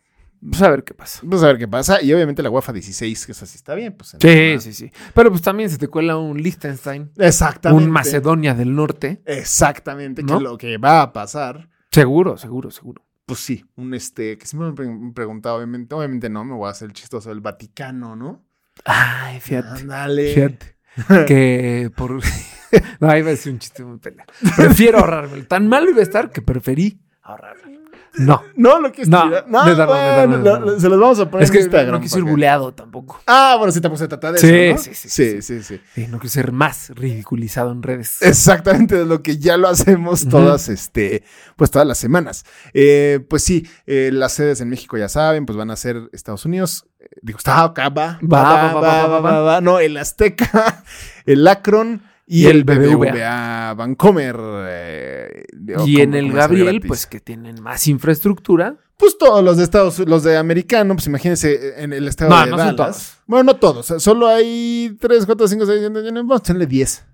[SPEAKER 3] Pues a ver qué pasa.
[SPEAKER 2] vamos a ver qué pasa. Y obviamente la UEFA 16, que esa sí está bien. Pues, en
[SPEAKER 3] Sí,
[SPEAKER 2] una-
[SPEAKER 3] sí, sí. Pero pues también se te cuela un Liechtenstein,
[SPEAKER 2] Exactamente.
[SPEAKER 3] un Macedonia del Norte.
[SPEAKER 2] Exactamente,
[SPEAKER 3] ¿No?
[SPEAKER 2] que lo que va a pasar.
[SPEAKER 3] Seguro, seguro, seguro.
[SPEAKER 2] Pues sí, un este, que siempre me han pre- preguntado, obviamente, obviamente no, me voy a hacer el chistoso, el Vaticano, ¿no?
[SPEAKER 3] Ay, fíjate.
[SPEAKER 2] Ándale.
[SPEAKER 3] Fíjate. Que por. no, iba a decir un chiste muy pendejo. Prefiero ahorrármelo. Tan malo iba a estar que preferí ahorrármelo. No.
[SPEAKER 2] No, lo que es
[SPEAKER 3] No,
[SPEAKER 2] tirar-
[SPEAKER 3] de darlo, de darlo,
[SPEAKER 2] bueno,
[SPEAKER 3] de darlo.
[SPEAKER 2] lo- lo- se los vamos a poner
[SPEAKER 3] Es que
[SPEAKER 2] en Instagram.
[SPEAKER 3] no quise ir
[SPEAKER 2] para que-
[SPEAKER 3] buleado tampoco.
[SPEAKER 2] Ah, bueno, sí, tampoco se trata de
[SPEAKER 3] Sí,
[SPEAKER 2] eso. ¿no?
[SPEAKER 3] sí, sí,
[SPEAKER 2] sí, sí, sí.
[SPEAKER 3] Sí, no quise ser más ridiculizado en redes.
[SPEAKER 2] Exactamente, de lo que ya lo hacemos todas, este, pues todas las semanas. Eh, pues sí, eh, las sedes en México ya saben, pues van a ser Estados Unidos. eh, digo, está acá, va,
[SPEAKER 3] Va, va, va, va, va, va.
[SPEAKER 2] va. No, el Azteca, el Akron y,
[SPEAKER 3] Y
[SPEAKER 2] el
[SPEAKER 3] el
[SPEAKER 2] BBVA, Vancomer. eh,
[SPEAKER 3] Y en el Gabriel, pues que tienen más infraestructura.
[SPEAKER 2] Pues todos los de Estados los de americano, pues imagínense en el estado
[SPEAKER 3] No,
[SPEAKER 2] de
[SPEAKER 3] no
[SPEAKER 2] Dallas.
[SPEAKER 3] son todos.
[SPEAKER 2] Bueno, no todos, solo hay 3, 4, 5, 6, 7, 8, vamos a echarle 10.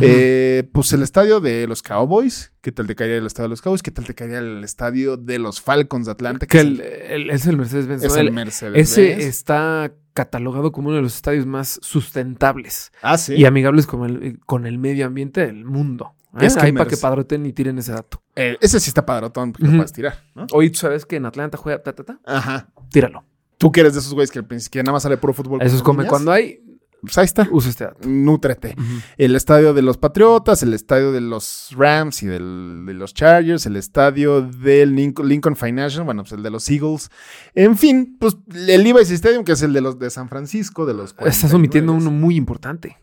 [SPEAKER 2] Eh, pues el estadio de los Cowboys, ¿qué tal te caería el estadio de los Cowboys? ¿Qué tal te caería el estadio de los Falcons de Atlanta?
[SPEAKER 3] Que
[SPEAKER 2] es
[SPEAKER 3] el- el- es el Mercedes-Benz.
[SPEAKER 2] es
[SPEAKER 3] ¿no?
[SPEAKER 2] el
[SPEAKER 3] El-
[SPEAKER 2] Mercedes.
[SPEAKER 3] Ese está catalogado como uno de los estadios más sustentables
[SPEAKER 2] ah, sí.
[SPEAKER 3] y amigables con el, con el medio ambiente del mundo. ¿eh?
[SPEAKER 2] Es que
[SPEAKER 3] Ahí para que
[SPEAKER 2] merece.
[SPEAKER 3] padroten y tiren ese dato.
[SPEAKER 2] Eh, ese sí está padrotón, porque lo
[SPEAKER 3] Ujú.
[SPEAKER 2] puedes tirar, ¿no?
[SPEAKER 3] Oye, ¿tú sabes que en Atlanta juega ta, ta, ta?
[SPEAKER 2] Ajá.
[SPEAKER 3] Tíralo.
[SPEAKER 2] Tú que eres de esos güeyes que, al principio- que nada más sale puro fútbol. con
[SPEAKER 3] Eso es
[SPEAKER 2] las
[SPEAKER 3] como
[SPEAKER 2] niñas?
[SPEAKER 3] cuando hay,
[SPEAKER 2] Pues ahí está.
[SPEAKER 3] usa este dato.
[SPEAKER 2] Nútrete. El estadio de los Patriotas, el estadio de los Rams y del- de los Chargers, el estadio del Lincoln, Lincoln Financial, bueno, pues el de los Eagles. En fin, pues el Levi's Stadium, que es el de los de San Francisco, de los. 49.
[SPEAKER 3] Ah, Estás omitiendo uno muy importante.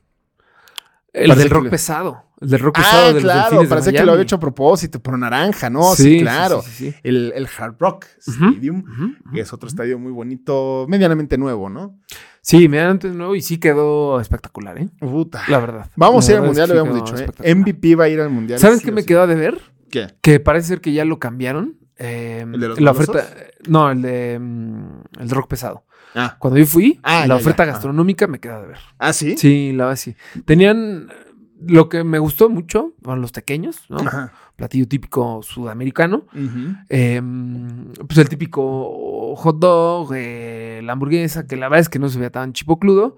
[SPEAKER 3] El
[SPEAKER 2] pues, Parece
[SPEAKER 3] del
[SPEAKER 2] que
[SPEAKER 3] rock
[SPEAKER 2] le-
[SPEAKER 3] pesado. El del rock pesado
[SPEAKER 2] Ah,
[SPEAKER 3] de los
[SPEAKER 2] claro,
[SPEAKER 3] delfines de
[SPEAKER 2] parece que lo
[SPEAKER 3] Miami.
[SPEAKER 2] había hecho a propósito, pero naranja, ¿no? Sí, claro.
[SPEAKER 3] sí, sí, sí.
[SPEAKER 2] El, el Hard Rock Stadium,
[SPEAKER 3] Ujú.
[SPEAKER 2] que es otro estadio muy bonito, medianamente nuevo, ¿no?
[SPEAKER 3] Sí, me dan antes nuevo y sí quedó espectacular, ¿eh?
[SPEAKER 2] Puta.
[SPEAKER 3] La verdad.
[SPEAKER 2] Vamos
[SPEAKER 3] La
[SPEAKER 2] a ir al
[SPEAKER 3] verdad
[SPEAKER 2] mundial,
[SPEAKER 3] es
[SPEAKER 2] lo
[SPEAKER 3] que
[SPEAKER 2] habíamos
[SPEAKER 3] quedó
[SPEAKER 2] dicho, ¿eh?
[SPEAKER 3] espectacular.
[SPEAKER 2] MVP va a ir al mundial.
[SPEAKER 3] ¿Sabes
[SPEAKER 2] sí
[SPEAKER 3] qué
[SPEAKER 2] o
[SPEAKER 3] me
[SPEAKER 2] sí.
[SPEAKER 3] quedó a deber?
[SPEAKER 2] ¿Qué?
[SPEAKER 3] Que parece ser que ya lo cambiaron. Eh,
[SPEAKER 2] ¿El de los
[SPEAKER 3] la
[SPEAKER 2] golosos?
[SPEAKER 3] oferta. No, el de. mm, El de rock pesado.
[SPEAKER 2] Ah,
[SPEAKER 3] Cuando yo fui,
[SPEAKER 2] Ah, ya,
[SPEAKER 3] la oferta
[SPEAKER 2] ya. Ah.
[SPEAKER 3] gastronómica me quedó a deber.
[SPEAKER 2] ¿ah, sí?
[SPEAKER 3] Sí, la verdad sí. Tenían. eh, Lo que me gustó mucho, bueno, los tequeños, ¿no?
[SPEAKER 2] Ajá.
[SPEAKER 3] Platillo típico sudamericano.
[SPEAKER 2] Ujú.
[SPEAKER 3] Eh, pues el típico hot dog, eh, la hamburguesa, que la verdad es que no se veía tan chipocludo.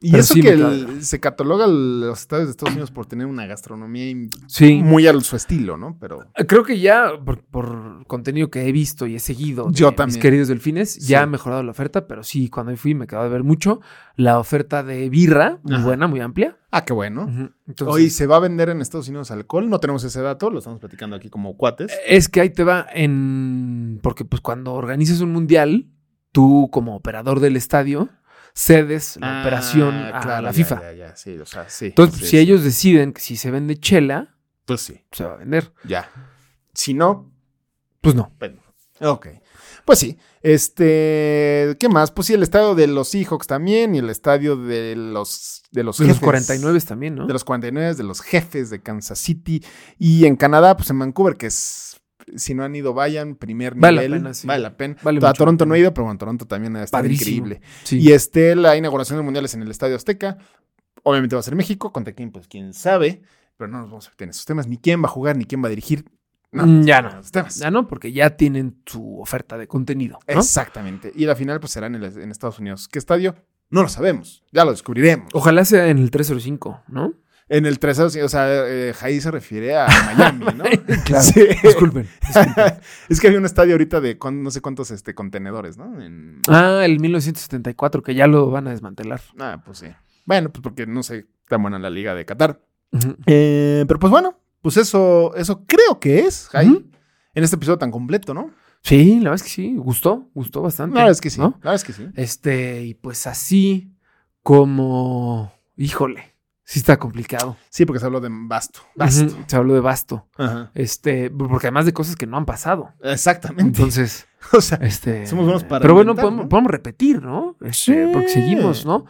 [SPEAKER 2] Y
[SPEAKER 3] Pero
[SPEAKER 2] eso
[SPEAKER 3] sí
[SPEAKER 2] que
[SPEAKER 3] me
[SPEAKER 2] el- se cataloga el- los estados de Estados Unidos por tener una gastronomía in-
[SPEAKER 3] Sí.
[SPEAKER 2] muy a su estilo, ¿no? Pero
[SPEAKER 3] Creo que ya, por, por contenido que he visto y he seguido, de
[SPEAKER 2] Yo también.
[SPEAKER 3] mis queridos delfines,
[SPEAKER 2] Sí.
[SPEAKER 3] ya ha mejorado la oferta, pero sí, cuando ahí fui me acabo de ver mucho. La oferta de birra, muy
[SPEAKER 2] Ajá.
[SPEAKER 3] buena, muy amplia.
[SPEAKER 2] ah, qué bueno.
[SPEAKER 3] Ujú. Entonces,
[SPEAKER 2] Hoy se va a vender en Estados Unidos alcohol, no tenemos ese dato, lo estamos platicando aquí como cuates.
[SPEAKER 3] Es que ahí te va en. Porque, pues, cuando organizas un mundial, tú, como operador del estadio, cedes la
[SPEAKER 2] Ah,
[SPEAKER 3] operación a
[SPEAKER 2] claro,
[SPEAKER 3] la
[SPEAKER 2] ya,
[SPEAKER 3] FIFA.
[SPEAKER 2] ya, ya, sí, o sea, sí,
[SPEAKER 3] Entonces,
[SPEAKER 2] sí,
[SPEAKER 3] si
[SPEAKER 2] sí.
[SPEAKER 3] ellos deciden que si se vende chela,
[SPEAKER 2] pues sí,
[SPEAKER 3] se va a vender.
[SPEAKER 2] ya. Si no,
[SPEAKER 3] Pues no.
[SPEAKER 2] ok. Pues sí, este, ¿qué más? Pues sí, el estadio de los Seahawks también y el estadio de los de los,
[SPEAKER 3] De los
[SPEAKER 2] jefes.
[SPEAKER 3] 49 también, ¿no?
[SPEAKER 2] de los 49, de los jefes de Kansas City y en Canadá, pues en Vancouver, que es, si no han ido, vayan, primer nivel.
[SPEAKER 3] Vale la pena, sí.
[SPEAKER 2] Vale la pena.
[SPEAKER 3] Vale
[SPEAKER 2] a
[SPEAKER 3] mucho
[SPEAKER 2] Toronto
[SPEAKER 3] la
[SPEAKER 2] no he
[SPEAKER 3] pena.
[SPEAKER 2] ido, pero bueno, Toronto también está
[SPEAKER 3] Padrísimo.
[SPEAKER 2] increíble.
[SPEAKER 3] Sí.
[SPEAKER 2] Y este, la inauguración de mundiales en el Estadio Azteca, obviamente va a ser México, contra quién, pues quién sabe, pero no nos vamos a meter en esos temas, ni quién va a jugar, ni quién va a dirigir. No,
[SPEAKER 3] Mm, ya no.
[SPEAKER 2] esos temas.
[SPEAKER 3] Ya no, porque ya tienen su oferta de contenido. ¿no?
[SPEAKER 2] Exactamente. Y la final, pues será en, el- en Estados Unidos. ¿Qué estadio? No lo sabemos, ya lo descubriremos.
[SPEAKER 3] Ojalá sea en el 305, ¿no?
[SPEAKER 2] En el 3 o sea, eh, Jai se refiere a Miami, ¿no? Sí.
[SPEAKER 3] Disculpen.
[SPEAKER 2] es que había un estadio ahorita de cuán- no sé cuántos este, contenedores, ¿no? En-
[SPEAKER 3] Ah, el 1974, que ya lo van a desmantelar.
[SPEAKER 2] Ah, pues sí. Bueno, pues porque no sé tan buena la liga de Qatar.
[SPEAKER 3] Ujú.
[SPEAKER 2] Eh, pero pues bueno, pues eso, eso creo que es, Jai,
[SPEAKER 3] Ujú.
[SPEAKER 2] en este episodio tan completo, ¿no?
[SPEAKER 3] Sí, la verdad es que sí. Gustó, gustó bastante.
[SPEAKER 2] La verdad es que sí,
[SPEAKER 3] ¿no?
[SPEAKER 2] la verdad es que sí.
[SPEAKER 3] Este, y pues así como. Híjole, sí está complicado.
[SPEAKER 2] Sí, porque se habló de Basto. Basto.
[SPEAKER 3] Ujú, Se habló de basto.
[SPEAKER 2] Ajá.
[SPEAKER 3] Este, porque además de cosas que no han pasado.
[SPEAKER 2] Exactamente.
[SPEAKER 3] Entonces,
[SPEAKER 2] o sea,
[SPEAKER 3] este.
[SPEAKER 2] Somos buenos para
[SPEAKER 3] Pero bueno,
[SPEAKER 2] inventar,
[SPEAKER 3] podemos,
[SPEAKER 2] ¿no?
[SPEAKER 3] podemos repetir, ¿no? Este,
[SPEAKER 2] Sí.
[SPEAKER 3] Porque seguimos, ¿no?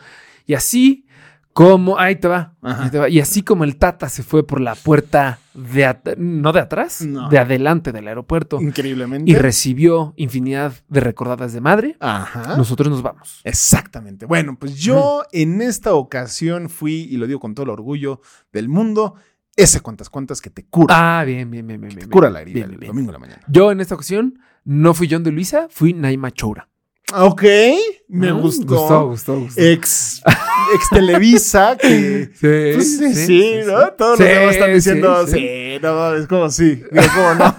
[SPEAKER 3] Y así como. Ahí te va.
[SPEAKER 2] Ajá.
[SPEAKER 3] ahí te va. Y así como el Tata se fue por la puerta de. at- No de atrás,
[SPEAKER 2] No.
[SPEAKER 3] de adelante del aeropuerto
[SPEAKER 2] increíblemente.
[SPEAKER 3] y recibió infinidad de recordadas de madre,
[SPEAKER 2] Ajá.
[SPEAKER 3] nosotros nos vamos.
[SPEAKER 2] Exactamente. Bueno, pues yo en esta ocasión fui, y lo digo con todo el orgullo del mundo, ese cuantas cuantas que te cura.
[SPEAKER 3] Ah, bien, bien, bien, bien. bien,
[SPEAKER 2] te
[SPEAKER 3] bien.
[SPEAKER 2] cura la herida
[SPEAKER 3] Bien,
[SPEAKER 2] el
[SPEAKER 3] bien, bien.
[SPEAKER 2] domingo en la mañana.
[SPEAKER 3] Yo en esta ocasión no fui John de Luisa, fui Naima Choura.
[SPEAKER 2] Ah, Ok, me
[SPEAKER 3] Mm,
[SPEAKER 2] gustó. Eh,
[SPEAKER 3] Gustó, gustó, gustó.
[SPEAKER 2] Ex, ex Televisa que...
[SPEAKER 3] sí,
[SPEAKER 2] pues, sí, sí, ¿no? Todos
[SPEAKER 3] Sí,
[SPEAKER 2] los demás están
[SPEAKER 3] sí,
[SPEAKER 2] diciendo, sí,
[SPEAKER 3] sí.
[SPEAKER 2] no, es como sí, digo, ¿cómo no?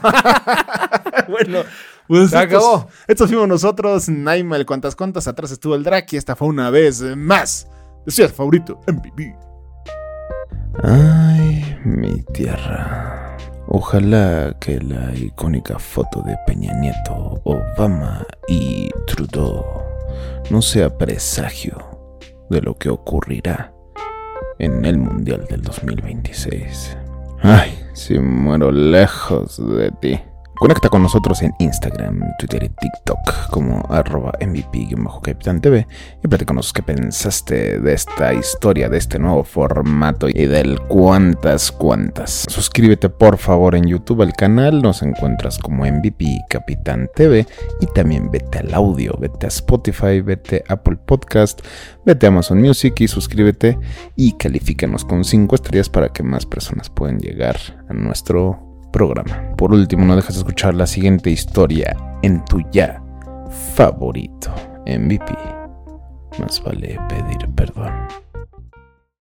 [SPEAKER 2] bueno,
[SPEAKER 4] Pues
[SPEAKER 3] Se
[SPEAKER 4] estos-
[SPEAKER 3] acabó.
[SPEAKER 4] Estos fuimos nosotros, Naima, el cuantas contas, atrás estuvo el Draki, esta fue una vez más. Decías favorito, MVP.
[SPEAKER 2] Ay, mi tierra. Ojalá que la icónica foto de Peña Nieto, Obama y Trudeau no sea presagio de lo que ocurrirá en el Mundial del 2026. Ay, si muero lejos de ti. Conecta con nosotros en Instagram, Twitter y TikTok como arroba MVP-Capitán TV y platícanos qué pensaste de esta historia, de este nuevo formato y del cuantas cuantas. Suscríbete por favor en YouTube al canal, nos encuentras como MVP Capitán TV y también vete al audio, vete a Spotify, vete a Apple Podcast, vete a Amazon Music y suscríbete y califícanos con 5 estrellas para que más personas puedan llegar a nuestro programa. Por último, no dejes de escuchar la siguiente historia en tu ya favorito MVP. Más vale pedir perdón.